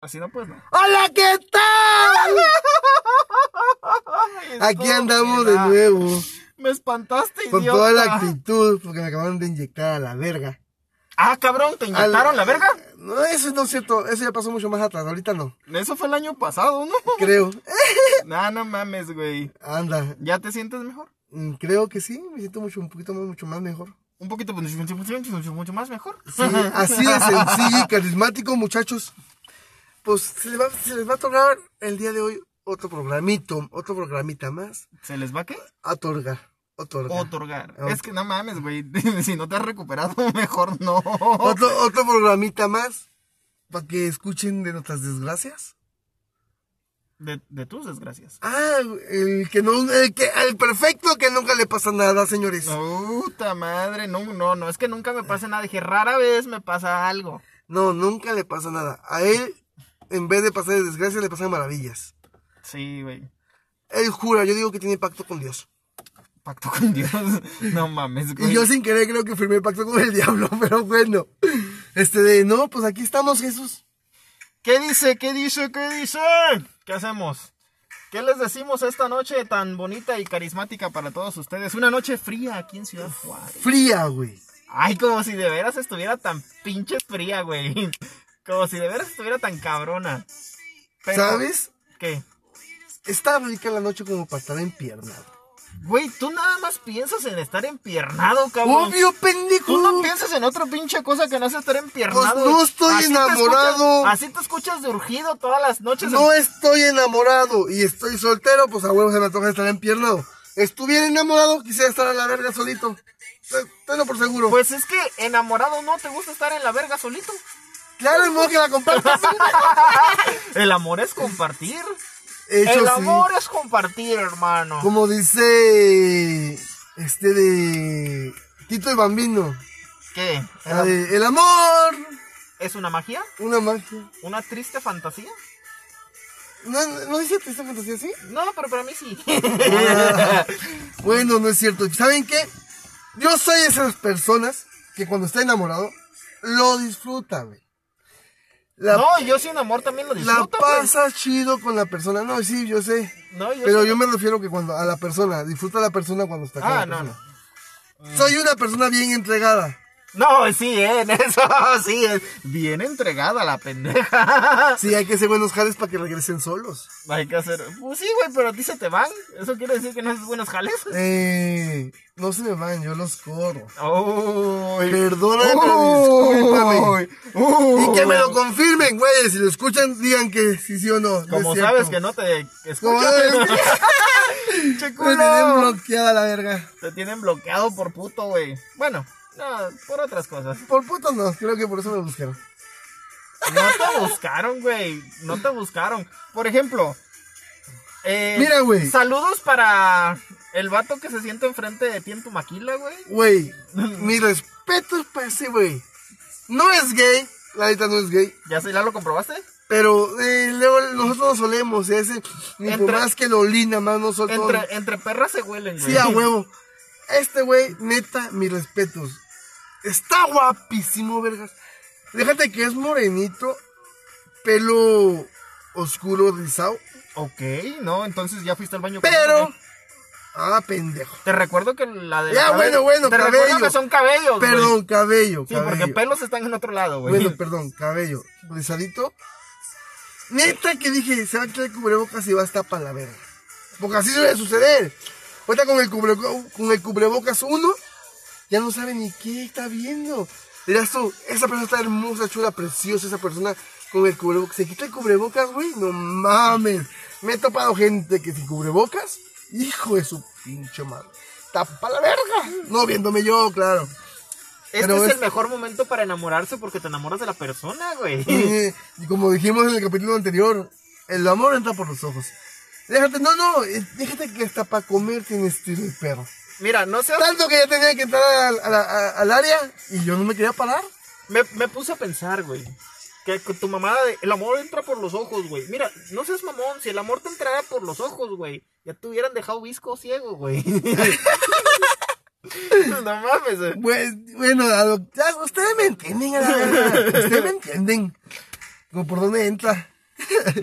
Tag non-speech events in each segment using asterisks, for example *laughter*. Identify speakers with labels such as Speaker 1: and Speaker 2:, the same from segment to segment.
Speaker 1: Así no, pues no.
Speaker 2: ¡Hola, qué tal!
Speaker 1: Es
Speaker 2: Aquí
Speaker 1: todo,
Speaker 2: andamos de
Speaker 1: mira.
Speaker 2: nuevo.
Speaker 1: Me espantaste,
Speaker 2: Con
Speaker 1: idiota.
Speaker 2: toda la actitud, porque me acabaron de inyectar a la verga.
Speaker 1: Ah, cabrón, ¿te
Speaker 2: Al-
Speaker 1: inyectaron la verga?
Speaker 2: No, eso no es cierto. Eso ya pasó mucho más atrás. Ahorita no.
Speaker 1: Eso fue el año pasado, ¿no? *laughs*
Speaker 2: Creo.
Speaker 1: Nah, no mames, güey.
Speaker 2: Anda.
Speaker 1: ¿Ya te sientes mejor?
Speaker 2: Mm, Creo que sí. Me siento mucho, un poquito más, mucho más mejor.
Speaker 1: Un poquito, pues, mucho, mucho, mucho más mejor.
Speaker 2: Sí, así de sencillo y carismático, muchachos. Pues se les, va, se les va a otorgar el día de hoy otro programito, otro programita más.
Speaker 1: ¿Se les va qué?
Speaker 2: Otorga, otorga. Otro,
Speaker 1: Otorgar.
Speaker 2: Ok.
Speaker 1: Es que no mames, güey. *laughs* si no te has recuperado, *laughs* mejor no.
Speaker 2: otro programita más para que escuchen de nuestras desgracias.
Speaker 1: De, de tus desgracias.
Speaker 2: Ah, el que no, el que, el perfecto que nunca le pasa nada, señores. No,
Speaker 1: Puta madre, no, no, no, es que nunca me pasa nada. Dije, rara vez me pasa algo.
Speaker 2: nunca le pasa nada. A él, en vez de pasar desgracias, le pasan maravillas.
Speaker 1: Sí, güey.
Speaker 2: Él jura, yo digo que tiene pacto con Dios.
Speaker 1: Pacto con Dios. *laughs* No mames, güey.
Speaker 2: Y yo sin querer creo que firmé el pacto con el *laughs* diablo, pero bueno. Este de, no, pues aquí estamos, Jesús.
Speaker 1: ¿Qué dice? ¿Qué dice? ¿Qué dice? ¿Qué hacemos? ¿Qué les decimos esta noche tan bonita y carismática para todos ustedes? Una noche fría aquí en Ciudad Juárez.
Speaker 2: Fría, güey.
Speaker 1: Ay, como si de veras estuviera tan pinche fría, güey. *laughs* Como si de veras estuviera tan cabrona. Pero-
Speaker 2: ¿Sabes?
Speaker 1: ¿Qué?
Speaker 2: Está rica la noche como para estar en pierna.
Speaker 1: Güey, tú nada más piensas en estar empiernado, cabrón.
Speaker 2: Obvio,
Speaker 1: Tú no
Speaker 2: pendejo.
Speaker 1: piensas en otra pinche cosa que no sea estar empiernado.
Speaker 2: Pues no estoy
Speaker 1: te
Speaker 2: enamorado.
Speaker 1: escuchas- así te escuchas de urgido todas las noches.
Speaker 2: No estoy enamorado y estoy soltero, pues a huevo se me antoja estar en pierna. Estuviera enamorado, quisiera estar a la verga solito. Te- Tenlo por seguro.
Speaker 1: Pues es que enamorado no te gusta estar en la verga solito.
Speaker 2: claro, el modo que la compartas.
Speaker 1: El amor es compartir.
Speaker 2: Hecho
Speaker 1: *laughs* el
Speaker 2: sí.
Speaker 1: amor es compartir, hermano.
Speaker 2: Como dice este de Tito el Bambino.
Speaker 1: ¿Qué?
Speaker 2: la de, el amor.
Speaker 1: ¿Es una magia?
Speaker 2: Una magia.
Speaker 1: ¿Una triste fantasía?
Speaker 2: ¿No, no dice triste fantasía así?
Speaker 1: No, pero para mí sí.
Speaker 2: *laughs* Bueno, no es cierto. ¿Saben qué? Yo soy esas personas que cuando está enamorado, lo disfruta, güey. La,
Speaker 1: no, yo sin amor también lo
Speaker 2: la
Speaker 1: disfruto. pues.
Speaker 2: pasa chido con la persona. No, sí, yo sé.
Speaker 1: No, yo
Speaker 2: Pero
Speaker 1: sí-
Speaker 2: yo me refiero que cuando a la persona, disfruta a la persona cuando está con
Speaker 1: Ah,
Speaker 2: la
Speaker 1: no,
Speaker 2: persona. Soy una persona bien entregada.
Speaker 1: No, sí, eh, en *laughs* eso sí es. Bien entregada la pendeja. *laughs*
Speaker 2: Sí, hay que ser buenos jales para que regresen solos.
Speaker 1: Hay que hacer. Pues sí, güey, pero a ti se te van. Eso quiere decir que no haces buenos jales.
Speaker 2: Eh, no se me van, yo los corro.
Speaker 1: Uy.
Speaker 2: Perdóname, pero discúlpame. Y que me lo confirmen, güey. Si lo escuchan, digan que sí, sí o no.
Speaker 1: Como sabes que no te
Speaker 2: Como
Speaker 1: escuchas. *laughs*
Speaker 2: sabes que-
Speaker 1: Che,
Speaker 2: me
Speaker 1: culo.
Speaker 2: tienen bloqueada la verga.
Speaker 1: Te tienen bloqueado por puto, güey. Bueno, no, por otras cosas.
Speaker 2: Por puto no, creo que por eso me buscaron.
Speaker 1: No te *laughs* buscaron, güey. No te buscaron. Por ejemplo, eh,
Speaker 2: Mira, güey.
Speaker 1: Saludos para el vato que se siente enfrente de ti en tu maquila, güey.
Speaker 2: Güey, mis respetos para ese güey. No es gay, la neta no es gay.
Speaker 1: ¿Ya, se- ya lo comprobaste?
Speaker 2: Pero eh, luego nosotros no solemos, ¿eh? ese, ni por
Speaker 1: Entre-
Speaker 2: más que lo olina, más no soltó.
Speaker 1: Entre, entre perras se huelen, güey.
Speaker 2: Sí, a huevo. Este güey, neta, mis respetos. Está guapísimo, vergas. Déjate que es morenito, pelo oscuro, rizado,
Speaker 1: Ok, no, entonces ya fuiste al baño. con él,
Speaker 2: pero...
Speaker 1: güey.
Speaker 2: Ah, pendejo.
Speaker 1: Te recuerdo que la de.
Speaker 2: Ya, bueno, bueno,
Speaker 1: Te
Speaker 2: cabello.
Speaker 1: recuerdo que son cabellos, güey.
Speaker 2: Perdón, cabello,
Speaker 1: Sí,
Speaker 2: cabello.
Speaker 1: porque pelos están en otro lado, güey.
Speaker 2: Bueno, perdón, cabello. Rizadito. Neta que dije, se va a quitar el cubrebocas y va a estar para la verga. Porque así suele suceder. Ahorita con el, cubre- con el cubrebocas uno, ya no sabe ni qué está viendo. Dirás tú, esa persona está hermosa, chula, preciosa, esa persona con el cubrebocas. Se quita el cubrebocas, güey, no mames. Me he topado gente que sin cubrebocas, hijo de su pinche madre. Está para la verga. No viéndome yo, claro.
Speaker 1: este
Speaker 2: pero
Speaker 1: es,
Speaker 2: es-
Speaker 1: el mejor momento para enamorarse porque te enamoras de la persona, güey.
Speaker 2: Eh, y como dijimos en el capítulo anterior, el amor entra por los ojos. Déjate, no, no, eh, déjate que hasta para comer tiene estilo el perro.
Speaker 1: *laughs* Mira, no seas
Speaker 2: Tanto que ya tenía que entrar al, a la- a- al área y yo no me quería parar.
Speaker 1: Me, me puse a pensar, güey. Que con tu mamada de, el amor entra por los ojos, güey. Mira, no seas mamón, si el amor te entrara por los ojos, güey, ya te hubieran dejado visco ciego, *laughs* güey. no mames, güey.
Speaker 2: Pues, bueno, a lo- ya, ustedes me entienden, a la verdad. Ustedes me entienden. Como, ¿por dónde entra?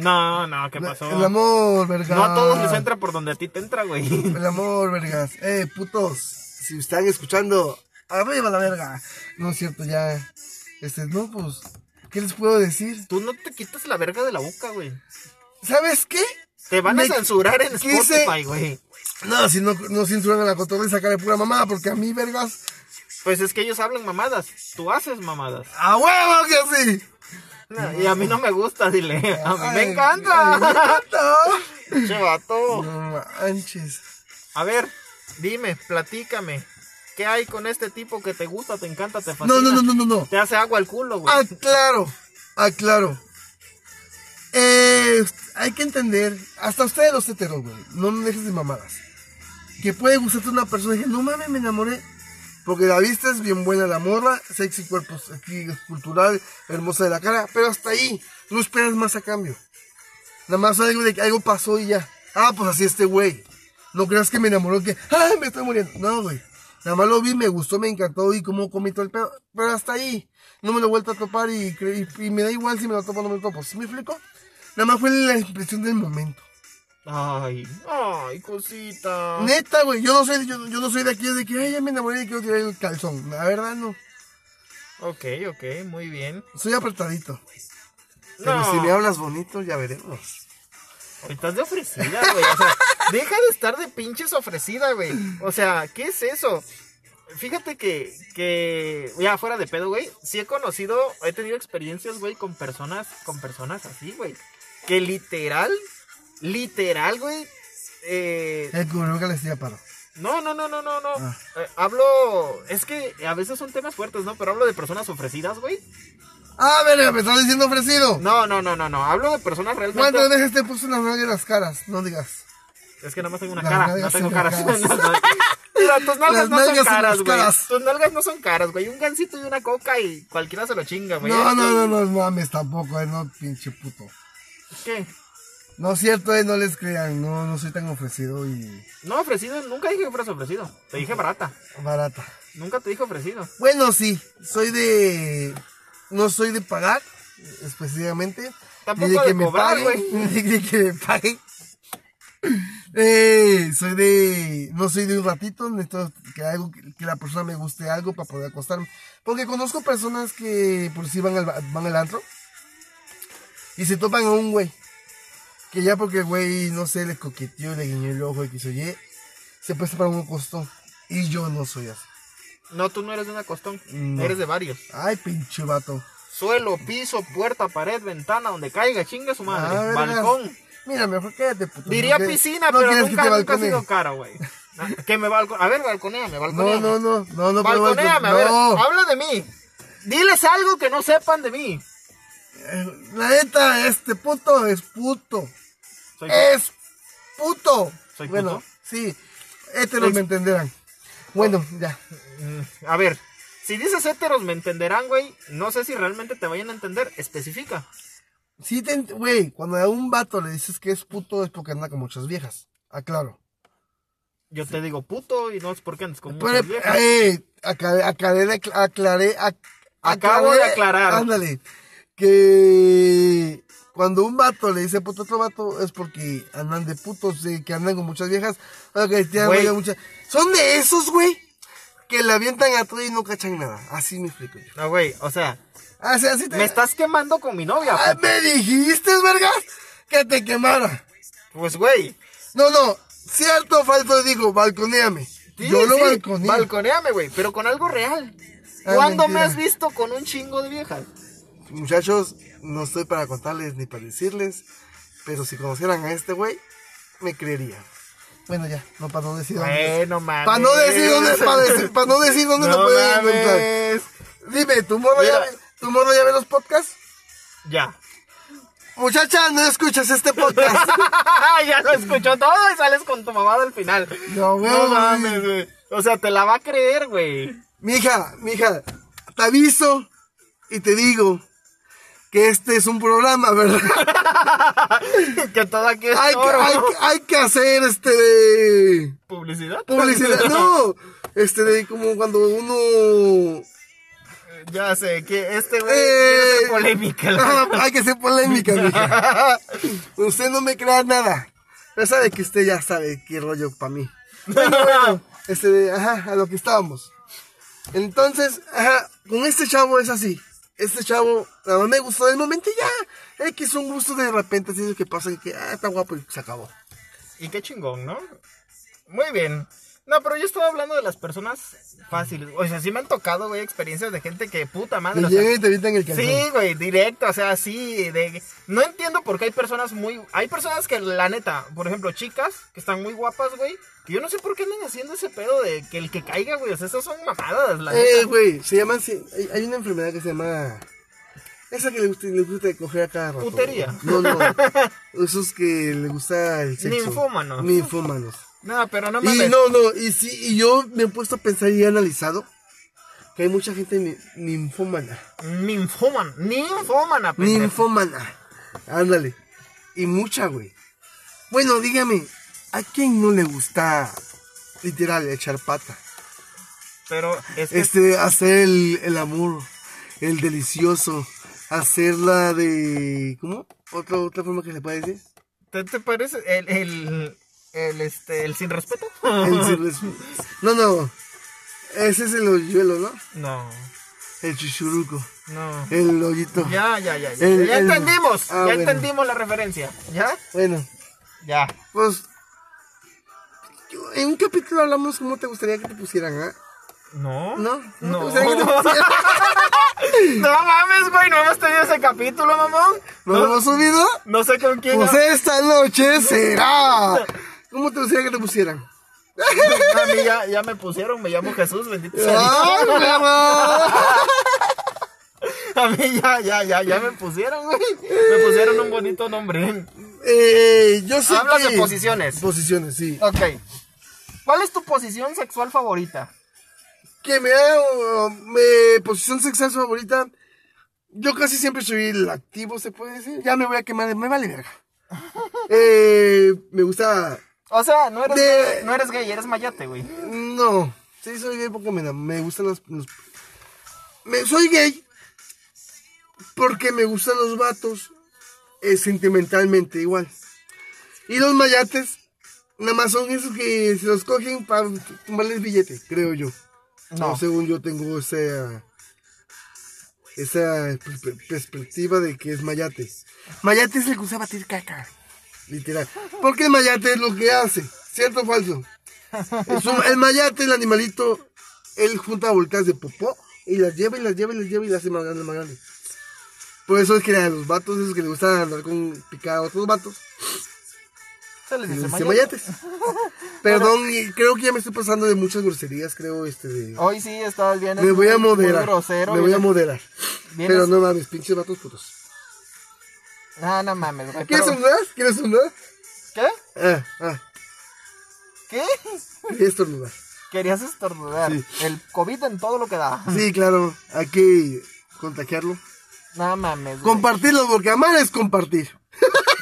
Speaker 1: No, no, ¿qué pasó?
Speaker 2: El amor, vergas.
Speaker 1: No a todos les entra por donde a ti te entra, güey.
Speaker 2: El amor, vergas. Eh, putos, si están escuchando, arriba la verga. No es cierto, ya. Este, no, pues, ¿qué les puedo decir?
Speaker 1: Tú no te quitas la verga de la boca, güey.
Speaker 2: ¿Sabes qué?
Speaker 1: Te van a
Speaker 2: Me
Speaker 1: censurar en
Speaker 2: quise-
Speaker 1: Spotify, güey.
Speaker 2: No, si no, no censuran a la cotorra y sacarle pura mamada, porque a mí, vergas,
Speaker 1: Pues es que ellos hablan mamadas. Tú haces mamadas.
Speaker 2: ¡a huevo que sí!
Speaker 1: Y a mí no me gusta, dile. A mí me
Speaker 2: Ay, ay, ¡Me
Speaker 1: encanta.
Speaker 2: encanta!
Speaker 1: Che, vato.
Speaker 2: No manches.
Speaker 1: A ver, dime, platícame. ¿Qué hay con este tipo que te gusta, te encanta, te fascina?
Speaker 2: No, no, no, no, no, no.
Speaker 1: Te hace agua el culo, güey.
Speaker 2: Ah, Aclaro, aclaro. Ah, Eh, hay que entender, hasta ustedes los heteros, güey, no me dejes de mamadas. Que puede gustarte una persona y que no mames, me enamoré. Porque la vista es bien buena, la morra, sexy cuerpo, aquí, cultural, hermosa de la cara, pero hasta ahí, no esperas más a cambio. Nada más algo de que algo pasó y ya. Ah, pues así este güey. No creas que me enamoró que, ah, me estoy muriendo. No, güey. Nada más lo vi, me gustó, me encantó y cómo comí todo el pedo. Pero hasta ahí. No me lo he vuelto a topar y, cre- y, y me da igual si me lo topo o no me lo topo. ¿Sí me explico? Nada más fue la impresión del momento.
Speaker 1: Ay, ay, cosita.
Speaker 2: Neta, güey. Yo no soy, yo, yo no soy de aquí de que, ay, ya me enamoré y quiero tirar el calzón. La verdad, no.
Speaker 1: Ok, ok, muy bien.
Speaker 2: Soy apretadito. Pero
Speaker 1: No,
Speaker 2: si me hablas bonito, ya veremos.
Speaker 1: estás de ofrecida, güey. O sea, deja de estar de pinches ofrecida, güey. O sea, ¿qué es eso? Fíjate que, que, ya fuera de pedo, güey, sí he conocido, he tenido experiencias, güey, con personas, con personas así, güey. Que literal, literal, güey, eh,
Speaker 2: El cubrebocas le estoy paro.
Speaker 1: No, no, no, no, no, no.
Speaker 2: Ah.
Speaker 1: Eh, hablo. Es que a veces son temas fuertes, ¿no? Pero hablo de personas ofrecidas, güey.
Speaker 2: Ah, verga, me estás diciendo ofrecido.
Speaker 1: No, no, no, no, no. Hablo de personas realmente.
Speaker 2: ¿Cuántas veces te puse una nalga en las caras? No digas.
Speaker 1: Es que nada más tengo una
Speaker 2: Las
Speaker 1: cara. No
Speaker 2: nalgas
Speaker 1: tengo
Speaker 2: son
Speaker 1: cara. *laughs*
Speaker 2: caras.
Speaker 1: No, no. Mira, tus nalgas
Speaker 2: Las
Speaker 1: no
Speaker 2: nalgas
Speaker 1: son
Speaker 2: son
Speaker 1: caras,
Speaker 2: las
Speaker 1: güey.
Speaker 2: caras.
Speaker 1: Tus nalgas no son caras, güey. Un gancito y una coca y cualquiera se lo chinga, güey.
Speaker 2: No, no, no, no, mames tampoco, eh, no, pinche puto.
Speaker 1: ¿Qué?
Speaker 2: No es cierto, eh, no les crean, no, no soy tan ofrecido y
Speaker 1: No, ofrecido. Nunca dije que fueras ofrecido. Te dije barata.
Speaker 2: barata.
Speaker 1: Nunca te dije ofrecido.
Speaker 2: Bueno, sí, soy de. No soy de pagar, específicamente.
Speaker 1: Tampoco
Speaker 2: ni
Speaker 1: de cobrar,
Speaker 2: paguen,
Speaker 1: güey.
Speaker 2: *laughs* Ni de que me paguen. Eh, soy de. No soy de un ratito, necesito que, algo, que la persona me guste algo para poder acostarme. Porque conozco personas que por si sí van al, ba- van al antro y se topan a un güey. Que ya porque el güey, no sé, le coqueteó, le guiñó el ojo y quiso y se presta para un costón. Y yo no soy así.
Speaker 1: No, tú no eres de una costón.
Speaker 2: No.
Speaker 1: Eres de varios.
Speaker 2: Ay, pinche vato.
Speaker 1: Suelo, piso, puerta, pared, ventana, donde caiga, chinga su madre.
Speaker 2: Ah, vergas.
Speaker 1: Balcón.
Speaker 2: Mira, mejor quédate, puto.
Speaker 1: Diría
Speaker 2: No que-
Speaker 1: piscina,
Speaker 2: no
Speaker 1: pero
Speaker 2: quieres que
Speaker 1: nunca,
Speaker 2: te
Speaker 1: nunca ha
Speaker 2: balconeen.
Speaker 1: sido cara, güey. Na- Que me balcon... A ver, balconeame,
Speaker 2: No,
Speaker 1: balconeame.
Speaker 2: no, no, no, no. puedo
Speaker 1: balconeame, a ver,
Speaker 2: balcon- no.
Speaker 1: habla de mí. Diles algo que no sepan de mí.
Speaker 2: Eh, La neta, este puto es puto.
Speaker 1: Soy-
Speaker 2: Es puto.
Speaker 1: ¿Soy
Speaker 2: bueno,
Speaker 1: puto?
Speaker 2: sí. Héteros
Speaker 1: Ex-
Speaker 2: me entenderán. Bueno, ya.
Speaker 1: Mm, A ver, si dices héteros me entenderán, güey. No sé si realmente te vayan a entender. Especifica.
Speaker 2: Sí, te ent- güey, cuando a un vato le dices que es puto es porque anda con muchas viejas. Aclaro.
Speaker 1: Yo te digo puto y no es porque andes con
Speaker 2: Pero,
Speaker 1: muchas viejas.
Speaker 2: eh, aclaré, aclaré, aclaré, ac-
Speaker 1: Acabo de aclarar.
Speaker 2: Ándale. Que cuando un vato le dice puto a otro vato es porque andan de putos, de que andan con muchas viejas. o que tienen
Speaker 1: Güey.
Speaker 2: novia mucha- Son de esos, güey, que le avientan a todo y no cachan nada. Así me explico yo.
Speaker 1: No, güey, o sea,
Speaker 2: Así, así te...
Speaker 1: me estás quemando con mi novia.
Speaker 2: Ah,
Speaker 1: puto.
Speaker 2: me dijiste, vergas, que te quemara.
Speaker 1: Pues, güey.
Speaker 2: No, no. Cierto o falso, digo, balconeame.
Speaker 1: Sí,
Speaker 2: Yo lo
Speaker 1: sí,
Speaker 2: balconeo.
Speaker 1: Balconeame, güey, pero con algo real.
Speaker 2: Ah,
Speaker 1: ¿Cuándo me
Speaker 2: mentira.
Speaker 1: has visto con un chingo de viejas?
Speaker 2: Muchachos, no estoy para contarles ni para decirles, pero si conocieran a este güey, me creerían. Bueno, ya, no para no decir dónde.
Speaker 1: Bueno, mames.
Speaker 2: Para no decir dónde, para decir- para no decir dónde
Speaker 1: No
Speaker 2: lo pueden
Speaker 1: mames.
Speaker 2: encontrar. Dime, ¿tu morro, ya,
Speaker 1: Mira.
Speaker 2: ve- ¿tu morro ya ve los podcasts?
Speaker 1: Ya.
Speaker 2: Muchacha, no escuchas
Speaker 1: *laughs*
Speaker 2: este podcast.
Speaker 1: ya lo escuchó todo y sales con tu mamada al final.
Speaker 2: No, güey.
Speaker 1: mames, güey. O sea, te la va a creer, güey. *laughs*
Speaker 2: mija, mija, te aviso y te digo que este es un programa, ¿verdad?
Speaker 1: que todo aquí es
Speaker 2: Hay que,
Speaker 1: oro.
Speaker 2: hay, que- hay que hacer este de...
Speaker 1: *laughs* *laughs* ¿Publicidad?
Speaker 2: publicidad, no. Este, de como cuando uno
Speaker 1: Ya sé, que este güey
Speaker 2: Eh.
Speaker 1: quiere hacer polémica. la
Speaker 2: Ah,
Speaker 1: verdad.
Speaker 2: Hay que ser polémica,
Speaker 1: *laughs*
Speaker 2: mija. Usted no me crea nada. Ya sabe que usted ya sabe qué rollo para mí. Bueno, bueno, este, ajá, a lo que estábamos. Entonces, ajá, con este chavo es así. Este chavo, nada más me gustó del momento y ya. Es que es un gusto de repente, así de que pasa y que, ah, está guapo y se acabó.
Speaker 1: Y qué chingón, ¿no? Muy bien. No, pero yo estaba hablando de las personas fáciles. O sea, sí me han tocado, güey, experiencias de gente que puta madre.
Speaker 2: Le
Speaker 1: Ah, o sea,
Speaker 2: llegan y te evitan el calzón.
Speaker 1: Sí, güey, directo, o sea, sí, de... No entiendo por qué hay personas muy... Hay personas que, la neta, por ejemplo, chicas, que están muy guapas, güey, que yo no sé por qué andan haciendo ese pedo de que el que caiga, güey, o sea, esas son mamadas, la
Speaker 2: Eh,
Speaker 1: neta.
Speaker 2: güey, se llama así. Hay, hay una enfermedad que se llama. Esa que le gusta, le gusta coger a cada rato.
Speaker 1: Putería.
Speaker 2: No, no. Esos que le gusta el sexo.
Speaker 1: Ninfómanos.
Speaker 2: Ninfómanos.
Speaker 1: No, pero no
Speaker 2: Y
Speaker 1: mames.
Speaker 2: no, no. Y sí, y yo me he puesto a pensar y he analizado que hay mucha gente ni- ninfómana.
Speaker 1: Ninfoman, ninfomana, pendejo.
Speaker 2: Ninfómana. Ándale. Y mucha, güey. Bueno, dígame, ¿a quién no le gusta literal echar pata?
Speaker 1: Pero es que...
Speaker 2: Este, hacer el, el amor, el delicioso, hacerla de. ¿Cómo? ¿Otra, otra forma que se puede decir?
Speaker 1: ¿Te, te parece el, el, el, este, el sin respeto? *laughs*
Speaker 2: El sin res- no, no. Ese es el hoyuelo, ¿no?
Speaker 1: No,
Speaker 2: El chuchuruco,
Speaker 1: no.
Speaker 2: el hoyito.
Speaker 1: Ya, ya, ya. Ya,
Speaker 2: El-
Speaker 1: Ya
Speaker 2: el-
Speaker 1: entendimos,
Speaker 2: Ah,
Speaker 1: ya
Speaker 2: bueno.
Speaker 1: entendimos la referencia. ¿Ya?
Speaker 2: Bueno,
Speaker 1: Ya.
Speaker 2: pues. yo- En un capítulo hablamos cómo te gustaría que te pusieran, ¿ah?
Speaker 1: No.
Speaker 2: ¿No? ¿Cómo te
Speaker 1: No.
Speaker 2: gustaría que
Speaker 1: *laughs*
Speaker 2: te pusieran?
Speaker 1: No mames, güey, no hemos tenido ese capítulo, mamón.
Speaker 2: ¿No lo hemos subido?
Speaker 1: No sé con quién.
Speaker 2: Pues
Speaker 1: ha-
Speaker 2: esta noche será. ¿Cómo te gustaría que te pusieran?
Speaker 1: *laughs* A mí ya, ya me pusieron, me llamo Jesús, bendito sea
Speaker 2: ¡Ay,
Speaker 1: Dios.
Speaker 2: bravo!
Speaker 1: A mí ya, ya, ya, ya me pusieron, güey. Me pusieron un bonito nombre.
Speaker 2: Eh, yo sé
Speaker 1: Hablas
Speaker 2: que-
Speaker 1: de posiciones.
Speaker 2: Posiciones, sí.
Speaker 1: Ok. ¿Cuál es tu posición sexual favorita?
Speaker 2: Que me da uh, me- posición sexual favorita. Yo casi siempre soy el activo, se puede decir. Ya me voy a quemar, me vale verga. Eh, me gusta.
Speaker 1: O sea, no eres,
Speaker 2: De-
Speaker 1: gay, no eres gay, eres mayate, güey.
Speaker 2: No, sí soy gay porque me, enam- me gustan los, los- me- soy gay porque me gustan los vatos eh, sentimentalmente igual. Y los mayates nada más son esos que se los cogen para tomarles billete, creo yo. No.
Speaker 1: No.
Speaker 2: según yo tengo esa esa per- perspectiva de que es mayate. Mayate es el que usa batir caca. Literal. Porque el mayate es lo que hace. ¿Cierto o falso? Es un- el mayate, el animalito, él junta volcas de popó y las lleva y las lleva y las lleva y las hace más grandes, más grandes. Por eso es que a los vatos, esos que les gusta andar con picar a otros vatos,
Speaker 1: Se les
Speaker 2: les
Speaker 1: dice
Speaker 2: dice
Speaker 1: mayate.
Speaker 2: mayates. *laughs* Perdón, y creo que ya me estoy pasando de muchas groserías, creo, este de...
Speaker 1: Hoy sí estás bien.
Speaker 2: Me voy a
Speaker 1: muy- muy
Speaker 2: moderar.
Speaker 1: grosero,
Speaker 2: me voy a
Speaker 1: vienes-
Speaker 2: moderar.
Speaker 1: vienes-
Speaker 2: Pero no mames, pinches vatos putos.
Speaker 1: Ah, no mames, güey.
Speaker 2: ¿Quieres
Speaker 1: pero-
Speaker 2: estornudar? ¿Quieres estornudar?
Speaker 1: ¿Qué?
Speaker 2: Ah, ah,
Speaker 1: ¿Qué? *laughs*
Speaker 2: quería estornudar.
Speaker 1: Querías estornudar.
Speaker 2: Sí.
Speaker 1: El COVID en todo lo que da.
Speaker 2: Sí, claro, hay que contagiarlo.
Speaker 1: No mames, güey.
Speaker 2: Compartirlo, porque amar es compartir.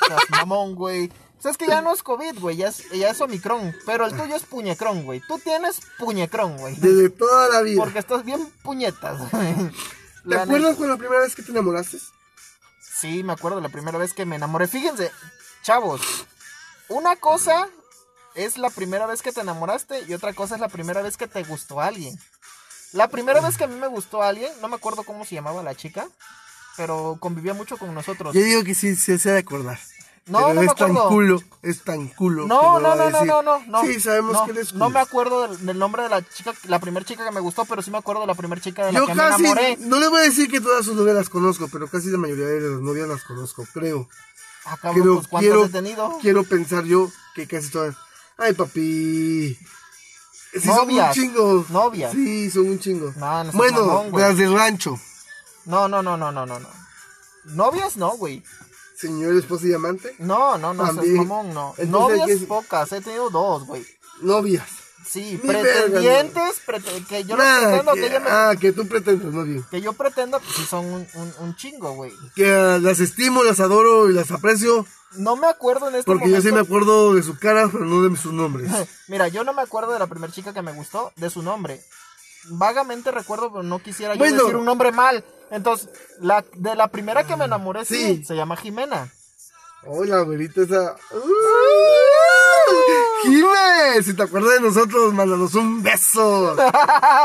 Speaker 1: Estás mamón, güey. O sea, es que ya no es COVID, güey, ya es, ya es Omicron, pero el tuyo es puñecrón, güey. Tú tienes puñecrón, güey.
Speaker 2: Desde toda la vida.
Speaker 1: Porque estás bien puñetas, güey.
Speaker 2: ¿Te
Speaker 1: La
Speaker 2: acuerdas cuando la primera vez que te enamoraste?
Speaker 1: Sí, me acuerdo la primera vez que me enamoré. Fíjense, chavos, una cosa es la primera vez que te enamoraste y otra cosa es la primera vez que te gustó alguien. La primera vez que a mí me gustó alguien, no me acuerdo cómo se llamaba la chica, pero convivía mucho con nosotros.
Speaker 2: Yo digo que sí, sí se ha de acordar.
Speaker 1: No,
Speaker 2: Pero
Speaker 1: no me
Speaker 2: es tan
Speaker 1: acuerdo.
Speaker 2: culo, es tan culo.
Speaker 1: No,
Speaker 2: que lo
Speaker 1: no,
Speaker 2: va
Speaker 1: no,
Speaker 2: a
Speaker 1: no,
Speaker 2: decir.
Speaker 1: no, no, no.
Speaker 2: Sí, sabemos
Speaker 1: no,
Speaker 2: que eres culo.
Speaker 1: No me acuerdo del, del nombre de la chica, la primera chica que me gustó, pero sí me acuerdo de la primera chica de la
Speaker 2: Yo
Speaker 1: que
Speaker 2: casi,
Speaker 1: me enamoré.
Speaker 2: no le voy a decir que todas sus novelas conozco, pero casi la mayoría de las novias las conozco, creo.
Speaker 1: Ah, cabrón,
Speaker 2: quiero,
Speaker 1: pues, ¿cuántas
Speaker 2: quiero,
Speaker 1: he tenido?
Speaker 2: quiero pensar yo que casi todas. Ay, papi. Sí, son un
Speaker 1: Novias,
Speaker 2: chingo.
Speaker 1: novias.
Speaker 2: Sí, son un chingo.
Speaker 1: No, no seas
Speaker 2: bueno,
Speaker 1: mamón, güey.
Speaker 2: las del rancho.
Speaker 1: No, no, no, no, no, no, no. Novias no, güey.
Speaker 2: Señor, esposa y amante.
Speaker 1: No, no, no, seas
Speaker 2: También.
Speaker 1: mamón, no.
Speaker 2: Entonces,
Speaker 1: Novias
Speaker 2: ¿qué es?
Speaker 1: pocas, he tenido dos, güey.
Speaker 2: Novias.
Speaker 1: Sí,
Speaker 2: Ni verga,
Speaker 1: pretendientes, prete- que yo no
Speaker 2: Nada,
Speaker 1: pretendo,
Speaker 2: que-
Speaker 1: que, ella me-
Speaker 2: Ah, que tú pretendes, no bien.
Speaker 1: que yo pretendo, pues sí son un, un- un chingo, güey.
Speaker 2: Que ah, las estimo, las adoro y las aprecio.
Speaker 1: No me acuerdo en este
Speaker 2: Porque yo
Speaker 1: momento.
Speaker 2: sí me acuerdo de su cara, pero no de sus nombres.
Speaker 1: *laughs* Mira, yo no me acuerdo de la primera chica que me gustó, de su nombre. vagamente recuerdo, pero no quisiera yo
Speaker 2: Bueno.
Speaker 1: decir un nombre mal. Entonces, la, de la primera que me enamoré, sí,
Speaker 2: Sí.
Speaker 1: se llama
Speaker 2: *laughs*
Speaker 1: Jimena. *laughs*
Speaker 2: Hoy Oh, la güerita esa. Jiménez, si te acuerdas de nosotros, mándanos un
Speaker 1: *laughs*
Speaker 2: beso.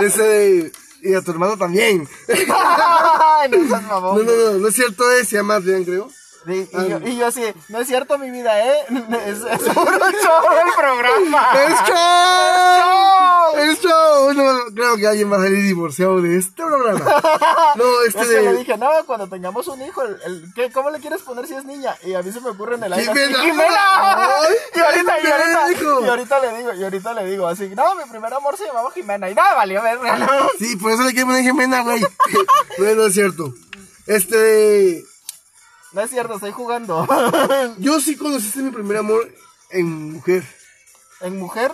Speaker 2: Ese y a tu hermano también.
Speaker 1: Ay, no seas
Speaker 2: No,
Speaker 1: mamón,
Speaker 2: no, no, no es cierto, es, se llama Adrián, creo.
Speaker 1: Y, y yo, y yo así, no es cierto mi vida, ¿eh? *laughs* Es, es
Speaker 2: *laughs*
Speaker 1: puro show el programa.
Speaker 2: ¡Es show! Ah. ¡Es show! No, creo que alguien va a salir divorciado de este programa. No, este
Speaker 1: Es que le
Speaker 2: de.
Speaker 1: dije, no, cuando tengamos un hijo, el, el- ¿qué, ¿cómo le quieres poner si es niña? Y a mí se me ocurre en el aire. así,
Speaker 2: ¡Jimena! ¡Ay,
Speaker 1: *laughs* Y ahorita, y ahorita,
Speaker 2: pendejo!
Speaker 1: y ahorita le digo, y ahorita le digo así, no, mi primer amor se llamaba Jimena. Y nada, valió ver, *laughs*
Speaker 2: Sí, por eso le quiero poner Jimena, güey. *laughs* No, no es cierto. Este.
Speaker 1: No es cierto, estoy jugando. *laughs*
Speaker 2: Yo sí conociste mi primer amor en mujer,
Speaker 1: ¿En mujer?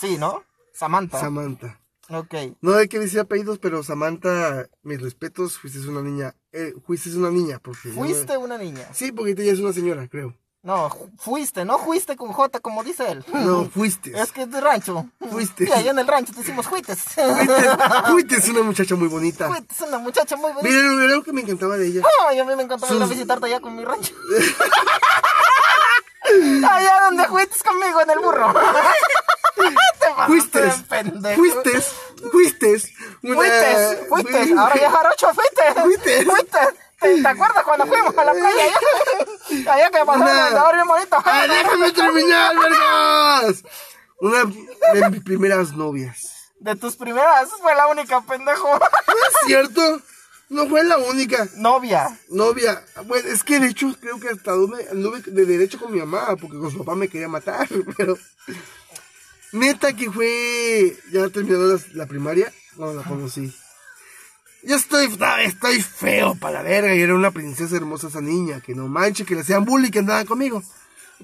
Speaker 1: Sí, ¿no?
Speaker 2: Ah.
Speaker 1: Samantha.
Speaker 2: Samantha.
Speaker 1: ok.
Speaker 2: No hay que decir apellidos, pero Samantha, mis respetos, fuiste una niña. Eh, fuiste una niña, porque. ya no-
Speaker 1: Fuiste una niña.
Speaker 2: Sí, porque ella es una señora, creo.
Speaker 1: No, ju- fuiste, no fuiste con J, como dice él.
Speaker 2: No, *laughs* fuiste.
Speaker 1: Es que es de rancho.
Speaker 2: Fuiste.
Speaker 1: Y allá en el rancho te hicimos juites. *laughs*
Speaker 2: Fuiste es una muchacha muy bonita.
Speaker 1: Juites es una muchacha muy bonita.
Speaker 2: Mira, lo- lo que me encantaba de ella.
Speaker 1: Ay, a mí me encantaba ir a
Speaker 2: Sus-
Speaker 1: visitarte allá con mi rancho. *laughs* allá donde juites conmigo en el burro. *laughs* Te pasaste
Speaker 2: Fuiste,
Speaker 1: de *laughs* pendejo.
Speaker 2: fuiste, fuiste. una-
Speaker 1: Fuiste, fuiste,
Speaker 2: *laughs*
Speaker 1: ahora ya es jarocho, fuiste,
Speaker 2: Fuiste.
Speaker 1: fuiste. ¿Te, te acuerdas cuando fuimos a la playa
Speaker 2: *laughs*
Speaker 1: allá? Allá que pasó
Speaker 2: Una-
Speaker 1: el andador bien bonito.
Speaker 2: ¡Ah, déjame terminar, vergas! Una de mis primeras novias.
Speaker 1: De tus primeras, fue la única, pendejo. *laughs*
Speaker 2: ¿No es cierto? No fue la única
Speaker 1: Novia.
Speaker 2: novia. Bueno, es que de hecho creo que hasta anduve, anduve de derecho con mi mamá, porque con su papá me quería matar, *laughs* pero... Neta que fue... Ya terminó la, la primaria. No, la conocí. Yo estoy, no, estoy feo para la verga y era una princesa hermosa esa niña, que no manche, que le hacían bullying, que andaba conmigo.